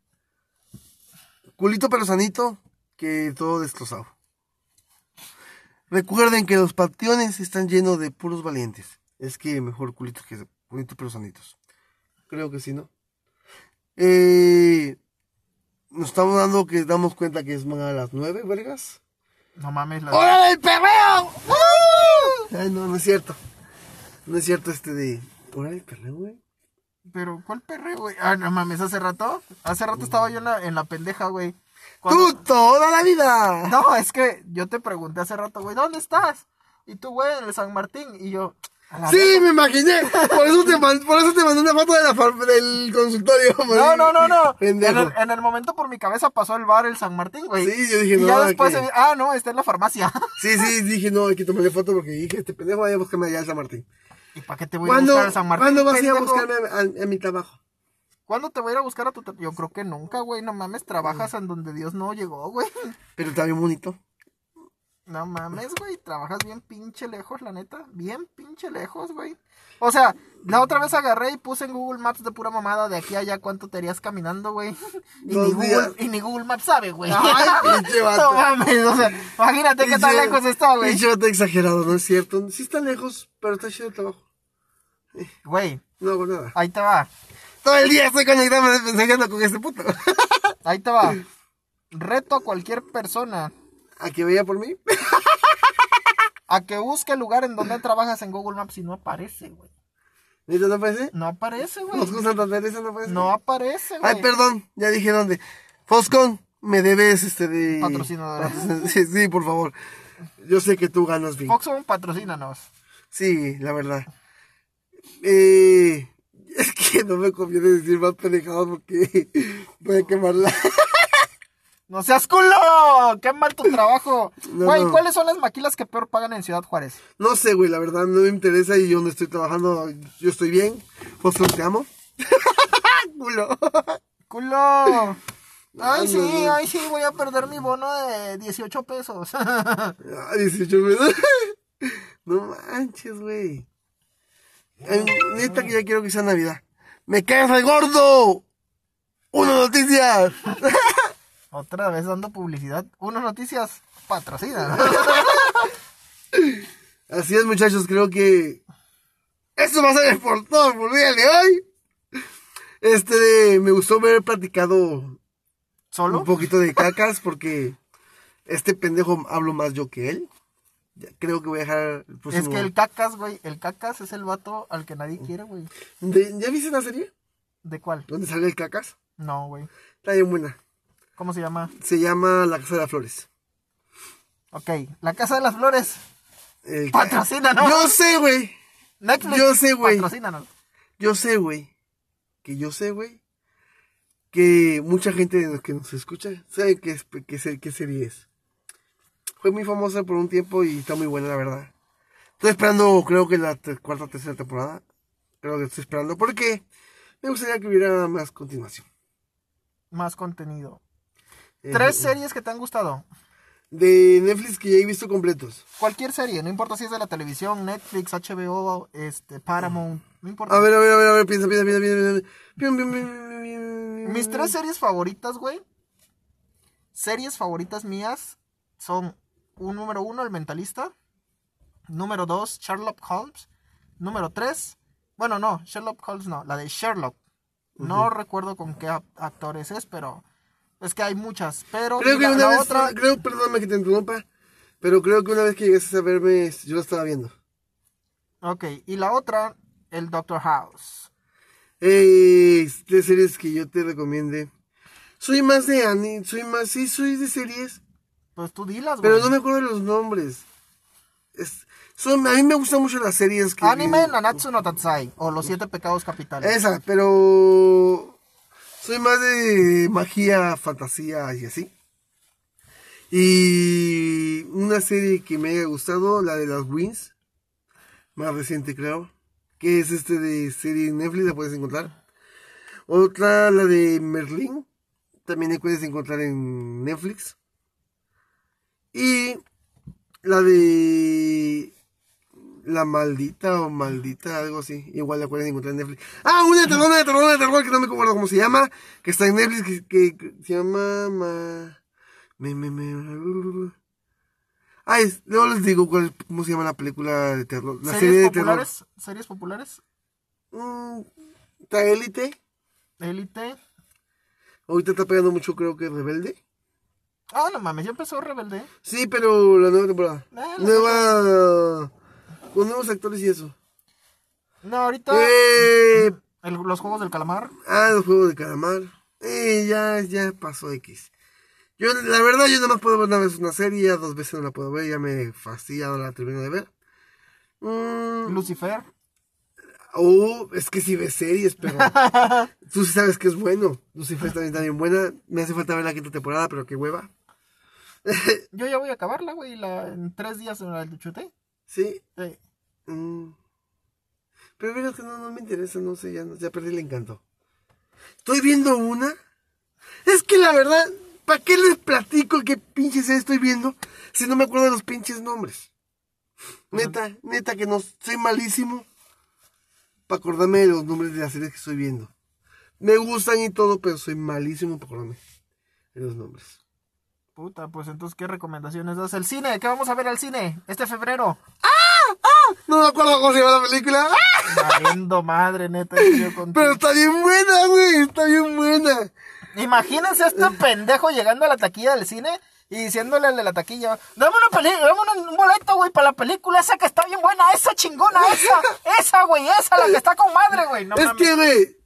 Speaker 2: Culito pero sanito que todo destrozado. Recuerden que los panteones están llenos de puros valientes. Es que mejor culitos que culitos pero sanitos. Creo que sí, ¿no? Eh, nos estamos dando que damos cuenta que es más a las nueve, vergas.
Speaker 1: No mames, la...
Speaker 2: ¡Hora del perreo! ¡Uh! Ay, no, no es cierto. No es cierto este de. ¿Hora del perreo, güey?
Speaker 1: Pero, ¿cuál perreo, güey? Ah, no mames, hace rato. Hace rato estaba yo en la, en la pendeja, güey. Cuando-
Speaker 2: ¡Tú toda la vida!
Speaker 1: No, es que yo te pregunté hace rato, güey, ¿dónde estás? Y tú, güey, en el San Martín. Y yo, a la
Speaker 2: Sí, me imaginé. Por eso te, man- por eso te mandé una foto de la far- del consultorio. güey.
Speaker 1: No, no, no, no. En
Speaker 2: Pendejo.
Speaker 1: el, en el momento por mi cabeza pasó el bar el San Martín, güey.
Speaker 2: Sí, yo dije,
Speaker 1: y
Speaker 2: no,
Speaker 1: ya después,
Speaker 2: ¿qué?
Speaker 1: se- ah, no, está en la farmacia. *laughs*
Speaker 2: Sí, sí, dije, no, hay que tomarle foto porque dije, este pendejo vaya a buscarme allá al San Martín.
Speaker 1: ¿Y para qué te voy a
Speaker 2: ¿Cuándo,
Speaker 1: buscar al San Martín?
Speaker 2: ¿cuándo vas a ir a
Speaker 1: pendejo?
Speaker 2: buscarme a, a- a mi trabajo?
Speaker 1: ¿Cuándo te voy a ir a buscar a tu... tra- Yo creo que nunca, güey, no mames, trabajas
Speaker 2: Mm.
Speaker 1: en donde Dios no llegó, güey.
Speaker 2: Pero está bien bonito.
Speaker 1: No mames, güey, trabajas bien pinche lejos, la neta. Bien pinche lejos, güey. O sea, la otra vez agarré y puse en Google Maps de pura mamada de aquí a allá cuánto te irías caminando, güey.
Speaker 2: *laughs*
Speaker 1: Y,
Speaker 2: Dos
Speaker 1: ni
Speaker 2: días.
Speaker 1: Google- y ni Google Maps sabe, güey.
Speaker 2: *laughs* Ay, pinche
Speaker 1: *laughs* No
Speaker 2: vato.
Speaker 1: mames, o sea, imagínate qué tan
Speaker 2: Pinche-
Speaker 1: lejos está, güey.
Speaker 2: Pinche vato exagerado, no es cierto. Sí está lejos, pero está chido el trabajo.
Speaker 1: Güey,
Speaker 2: No hago nada.
Speaker 1: ahí te va,
Speaker 2: Todo el día estoy conectado pensando con este puto.
Speaker 1: ahí te va. Reto a cualquier persona
Speaker 2: *laughs* ¿A que
Speaker 1: *laughs*
Speaker 2: veía por mí?
Speaker 1: a que busque el lugar en donde trabajas en Google Maps y no aparece, güey.
Speaker 2: ¿Neta no aparece?
Speaker 1: No aparece, güey.
Speaker 2: ¿Foscon Santa Teresa no aparece?
Speaker 1: No aparece, güey.
Speaker 2: Ay, perdón, ya dije dónde. Foscon, me debes este de...
Speaker 1: Patrocinadores.
Speaker 2: *laughs* Sí, sí, por favor. Yo sé que tú ganas bien.
Speaker 1: Foxhome, patrocínanos.
Speaker 2: Sí, la verdad. Eh, *laughs* es que no me conviene decir más pendejadas porque *laughs* voy a quemarla.
Speaker 1: ¡No seas culo! ¡Qué mal tu trabajo!
Speaker 2: *laughs* No,
Speaker 1: Güey,
Speaker 2: no.
Speaker 1: ¿cuáles son las maquilas que peor pagan en Ciudad Juárez?
Speaker 2: *laughs* No sé, güey, la verdad no me interesa y yo no estoy trabajando, yo estoy bien. Foscon, te amo. Culo.
Speaker 1: ¡Culo!
Speaker 2: *laughs*
Speaker 1: Ay,
Speaker 2: no,
Speaker 1: sí,
Speaker 2: no.
Speaker 1: ay, sí, voy a perder mi bono de 18 pesos. *laughs*
Speaker 2: Ah, 18 pesos. *laughs* No manches, güey. Ay, Neta que ya quiero que sea Navidad. ¡Me caes al gordo! ¡Una noticia!
Speaker 1: Otra vez dando publicidad. Uno Noticias patrocina.
Speaker 2: *laughs* Así es, muchachos, creo que. Eso va a ser el portón por día de hoy. Este, me gustó haber platicado
Speaker 1: ¿Solo?
Speaker 2: un poquito de cacas porque este pendejo hablo más yo que él. Ya creo que voy a dejar el
Speaker 1: Es
Speaker 2: próximo-
Speaker 1: que el cacas, güey, el cacas es el vato al que nadie quiere, güey.
Speaker 2: ¿De- ¿Ya viste la serie?
Speaker 1: ¿De cuál?
Speaker 2: ¿Dónde sale el cacas?
Speaker 1: No, güey.
Speaker 2: Está bien buena.
Speaker 1: ¿Cómo se llama?
Speaker 2: Se llama La Casa de las Flores.
Speaker 1: Ok, La Casa de las Flores.
Speaker 2: El-
Speaker 1: Patrocínanos.
Speaker 2: Yo sé, güey.
Speaker 1: Netflix.
Speaker 2: Yo sé, güey.
Speaker 1: Patrocínanos.
Speaker 2: Yo sé, güey. Que yo sé, güey. Que mucha gente de los que nos escucha sabe qué, es, qué, se- qué serie es. Fue muy famosa por un tiempo y está muy buena, la verdad. Estoy esperando, creo que la te- cuarta tercera temporada. Creo que estoy esperando porque me gustaría que hubiera más continuación.
Speaker 1: Más contenido.
Speaker 2: Eh,
Speaker 1: Tres series que te han gustado.
Speaker 2: De Netflix que ya he visto completos.
Speaker 1: Cualquier serie, no importa si es de la televisión, Netflix, HBO, este, Paramount, no importa.
Speaker 2: A ver, a ver, a ver, a ver, piensa, piensa, piensa, piensa. piensa. Pium, pium, pium, pium,
Speaker 1: Mis tres series favoritas, güey. Series favoritas mías son un número uno, El Mentalista. Número dos, Sherlock Holmes. Número tres, bueno, no, Sherlock Holmes no, la de Sherlock. No recuerdo con qué a- actores es, pero es que hay muchas. Pero
Speaker 2: Creo
Speaker 1: y
Speaker 2: que
Speaker 1: la,
Speaker 2: una
Speaker 1: la
Speaker 2: vez,
Speaker 1: otra,
Speaker 2: creo, perdóname que te interrumpa, pero creo que una vez que llegaste a verme, yo lo estaba viendo.
Speaker 1: ok, y la otra, el Doctor House.
Speaker 2: Eh, de series que yo te recomiende. Soy más de anime, soy más, sí, soy de series,
Speaker 1: Pues tú dilas, güey.
Speaker 2: pero no me acuerdo de los nombres. Es, son, a mí me gustan mucho las series que... "Oh".
Speaker 1: Anime Nanatsu no Tatsai o Los Siete Pecados Capitales.
Speaker 2: Esa, pero soy más de magia, fantasía y así. Y una serie que me haya gustado, la de las Wings, más reciente creo, que es este de serie en Netflix, la puedes encontrar. Otra, la de Merlin, también la puedes encontrar en Netflix. Y la de la maldita o maldita, algo así. Igual la pueden encontrar en Netflix. Ah, una de terror, una de terror, una de terror, que no me acuerdo cómo se llama. Que está en Netflix, que, que- que se llama... ma- me, me, me- Ah, es- luego les digo cuál, cómo se llama la película de terror. La
Speaker 1: ¿Series
Speaker 2: serie de terror.
Speaker 1: populares? ¿Series populares?
Speaker 2: Mm, Está Élite.
Speaker 1: Elite.
Speaker 2: Ahorita está pegando mucho, creo que Rebelde.
Speaker 1: Ah, no mames, ya empezó Rebelde.
Speaker 2: Sí, pero la nueva temporada.
Speaker 1: Ah, la
Speaker 2: nueva. Con nuevos actores y eso.
Speaker 1: No, ahorita
Speaker 2: Eh,
Speaker 1: el- los juegos del calamar.
Speaker 2: ah, los juegos de calamar. Eh, ya, ya pasó X. Yo, la verdad, yo nada más puedo ver una vez una serie, ya dos veces no la puedo ver, ya me fastidia, no la termino de ver. Mm,
Speaker 1: Lucifer.
Speaker 2: Oh, es que si ves series, pero tú sí sabes que es bueno. Lucifer también está bien buena. Me hace falta ver la quinta temporada, pero qué hueva.
Speaker 1: Yo ya voy a acabarla, güey. La, en tres días me la chuté. Eh,
Speaker 2: Sí.
Speaker 1: Sí.
Speaker 2: mm. Pero verás que no, no me interesa, no sé, ya, no- ya perdí el encanto. Estoy viendo una. Es que la verdad, ¿para qué les platico qué pinches estoy viendo si no me acuerdo de los pinches nombres? Neta, neta que no soy malísimo para acordarme de los nombres de las series que estoy viendo. Me gustan y todo, pero soy malísimo para acordarme de los nombres.
Speaker 1: Puta, pues entonces, ¿qué recomendaciones das? El cine, ¿qué vamos a ver al cine? Este
Speaker 2: *laughs*
Speaker 1: febrero.
Speaker 2: No me acuerdo cómo se llama la película. ¡Ah!
Speaker 1: Valiendo madre, neta. yo con-
Speaker 2: Pero está bien buena, güey, está bien buena.
Speaker 1: Imagínense a
Speaker 2: *laughs*
Speaker 1: este pendejo llegando a la taquilla del cine y diciéndole al de la taquilla, dame una peli, dame un, un boleto, güey, para la película esa que está bien buena, esa chingona, esa,
Speaker 2: *laughs*
Speaker 1: esa, güey, esa, la que está con madre, güey. No
Speaker 2: es
Speaker 1: mames.
Speaker 2: que, güey,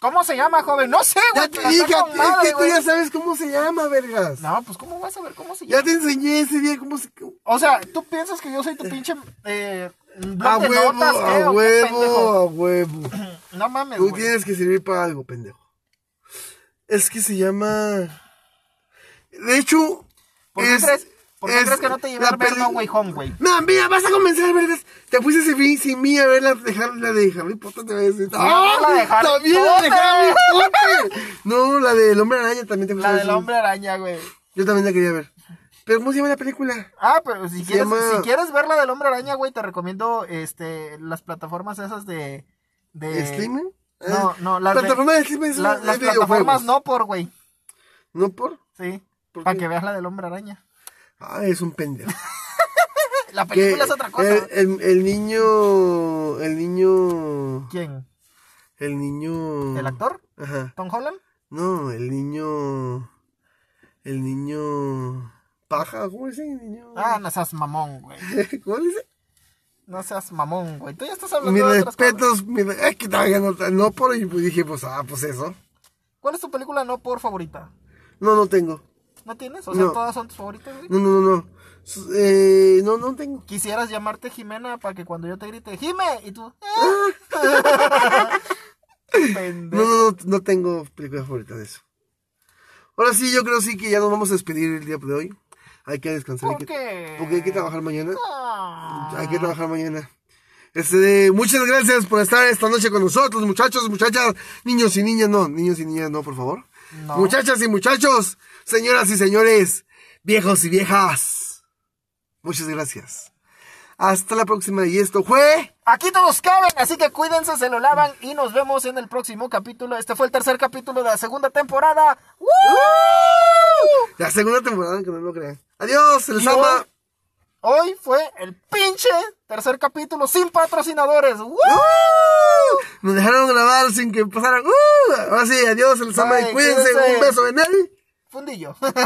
Speaker 1: ¿Cómo se llama, joven? No sé,
Speaker 2: ya
Speaker 1: güey.
Speaker 2: te
Speaker 1: pero
Speaker 2: dije,
Speaker 1: está con
Speaker 2: es
Speaker 1: madre,
Speaker 2: que tú
Speaker 1: güey.
Speaker 2: ya sabes cómo se llama, vergas.
Speaker 1: No, pues ¿cómo vas a ver cómo se llama?
Speaker 2: Ya te enseñé ese día cómo se...
Speaker 1: O sea, ¿tú piensas que yo soy tu pinche eh, blog
Speaker 2: A
Speaker 1: de
Speaker 2: huevo,
Speaker 1: notas, qué,
Speaker 2: a
Speaker 1: o qué, pendejo?
Speaker 2: huevo,
Speaker 1: *clears throat*
Speaker 2: a huevo.
Speaker 1: No mames,
Speaker 2: Tú
Speaker 1: güey.
Speaker 2: tienes que servir para algo, pendejo. Es que se llama... De hecho...
Speaker 1: ¿Por qué
Speaker 2: es-
Speaker 1: crees- por qué
Speaker 2: es
Speaker 1: crees que no te llevé
Speaker 2: la
Speaker 1: a ver
Speaker 2: peli-
Speaker 1: No Way Home, güey?
Speaker 2: No, mira, vas a comenzar, vergas. Te puse sin, sin mí a ver la de, Har- la de Harry Potter, te voy a decir. ¡Ah!
Speaker 1: a ver la de Harry
Speaker 2: también la de
Speaker 1: Potter!
Speaker 2: Harry Potter. No, la del Hombre Araña también te puse
Speaker 1: La
Speaker 2: a ver
Speaker 1: del
Speaker 2: sin-
Speaker 1: hombre araña, güey.
Speaker 2: Yo también la quería ver. Pero ¿cómo se llama la película?
Speaker 1: Ah, pero si quieres,
Speaker 2: llama-
Speaker 1: si quieres ver la del hombre araña, güey, te recomiendo este las plataformas esas de. de...
Speaker 2: ¿Streaming?
Speaker 1: No,
Speaker 2: Ah,
Speaker 1: Eh, no, las de-
Speaker 2: plataformas de streaming son
Speaker 1: la-
Speaker 2: de
Speaker 1: las
Speaker 2: videojuegos.
Speaker 1: plataformas no por, güey.
Speaker 2: ¿No por?
Speaker 1: Sí.
Speaker 2: ¿Por
Speaker 1: Para
Speaker 2: qué?
Speaker 1: que veas la del hombre araña.
Speaker 2: Ah, es un pendejo.
Speaker 1: *laughs* La *laughs* película
Speaker 2: Que
Speaker 1: es otra cosa.
Speaker 2: El, el- el niño... El niño...
Speaker 1: ¿Quién?
Speaker 2: El niño...
Speaker 1: ¿El actor?
Speaker 2: Ajá.
Speaker 1: ¿Tom Holland?
Speaker 2: No, el niño... El niño... Paja, ¿cómo dice? El niño...
Speaker 1: Ah, no seas mamón, güey.
Speaker 2: *laughs* ¿Cómo dice?
Speaker 1: No seas mamón, güey. Tú ya estás hablando
Speaker 2: Mis
Speaker 1: de otras cosas.
Speaker 2: respetos, mi re- es que todavía no, no por y pues dije, pues ah, pues eso.
Speaker 1: ¿Cuál es tu película no por favorita?
Speaker 2: No, no tengo.
Speaker 1: ¿No tienes? O sea,
Speaker 2: No.
Speaker 1: todas son tus favoritas, güey.
Speaker 2: No, no, no, no. S- Eh, no, no tengo.
Speaker 1: Quisieras llamarte Jimena para que cuando yo te grite, ¡Jime! Y tú, "Ah".
Speaker 2: No,
Speaker 1: *laughs* Pendejo.
Speaker 2: Ah. no, no, no tengo película favorita de eso. Ahora sí, yo creo sí que ya nos vamos a despedir el día de hoy. Hay que descansar. hay
Speaker 1: ¿Por
Speaker 2: que-
Speaker 1: qué?
Speaker 2: Porque hay que trabajar mañana.
Speaker 1: Ah.
Speaker 2: Hay que trabajar mañana. Este, muchas gracias por estar esta noche con nosotros, muchachos, muchachas, niños y niñas, no, niños y niñas, no, por favor.
Speaker 1: No.
Speaker 2: Muchachas y muchachos, señoras y señores, viejos y viejas. Muchas gracias. Hasta la próxima y esto fue...
Speaker 1: Aquí todos caben, así que cuídense, se lo lavan y nos vemos en el próximo capítulo. Este fue el tercer capítulo de la segunda temporada. ¡Woo!
Speaker 2: La segunda temporada, que no lo crean. Adiós, se les
Speaker 1: Y hoy-
Speaker 2: ama.
Speaker 1: Hoy fue el pinche tercer capítulo sin patrocinadores. ¡Woo!
Speaker 2: ¡Uh! Nos dejaron grabar sin que pasaran. ¡Uh! Ahora sí, adiós, se les ama y
Speaker 1: Bye,
Speaker 2: cuídense.
Speaker 1: cuídense.
Speaker 2: Un beso en él.
Speaker 1: Fundillo. *laughs*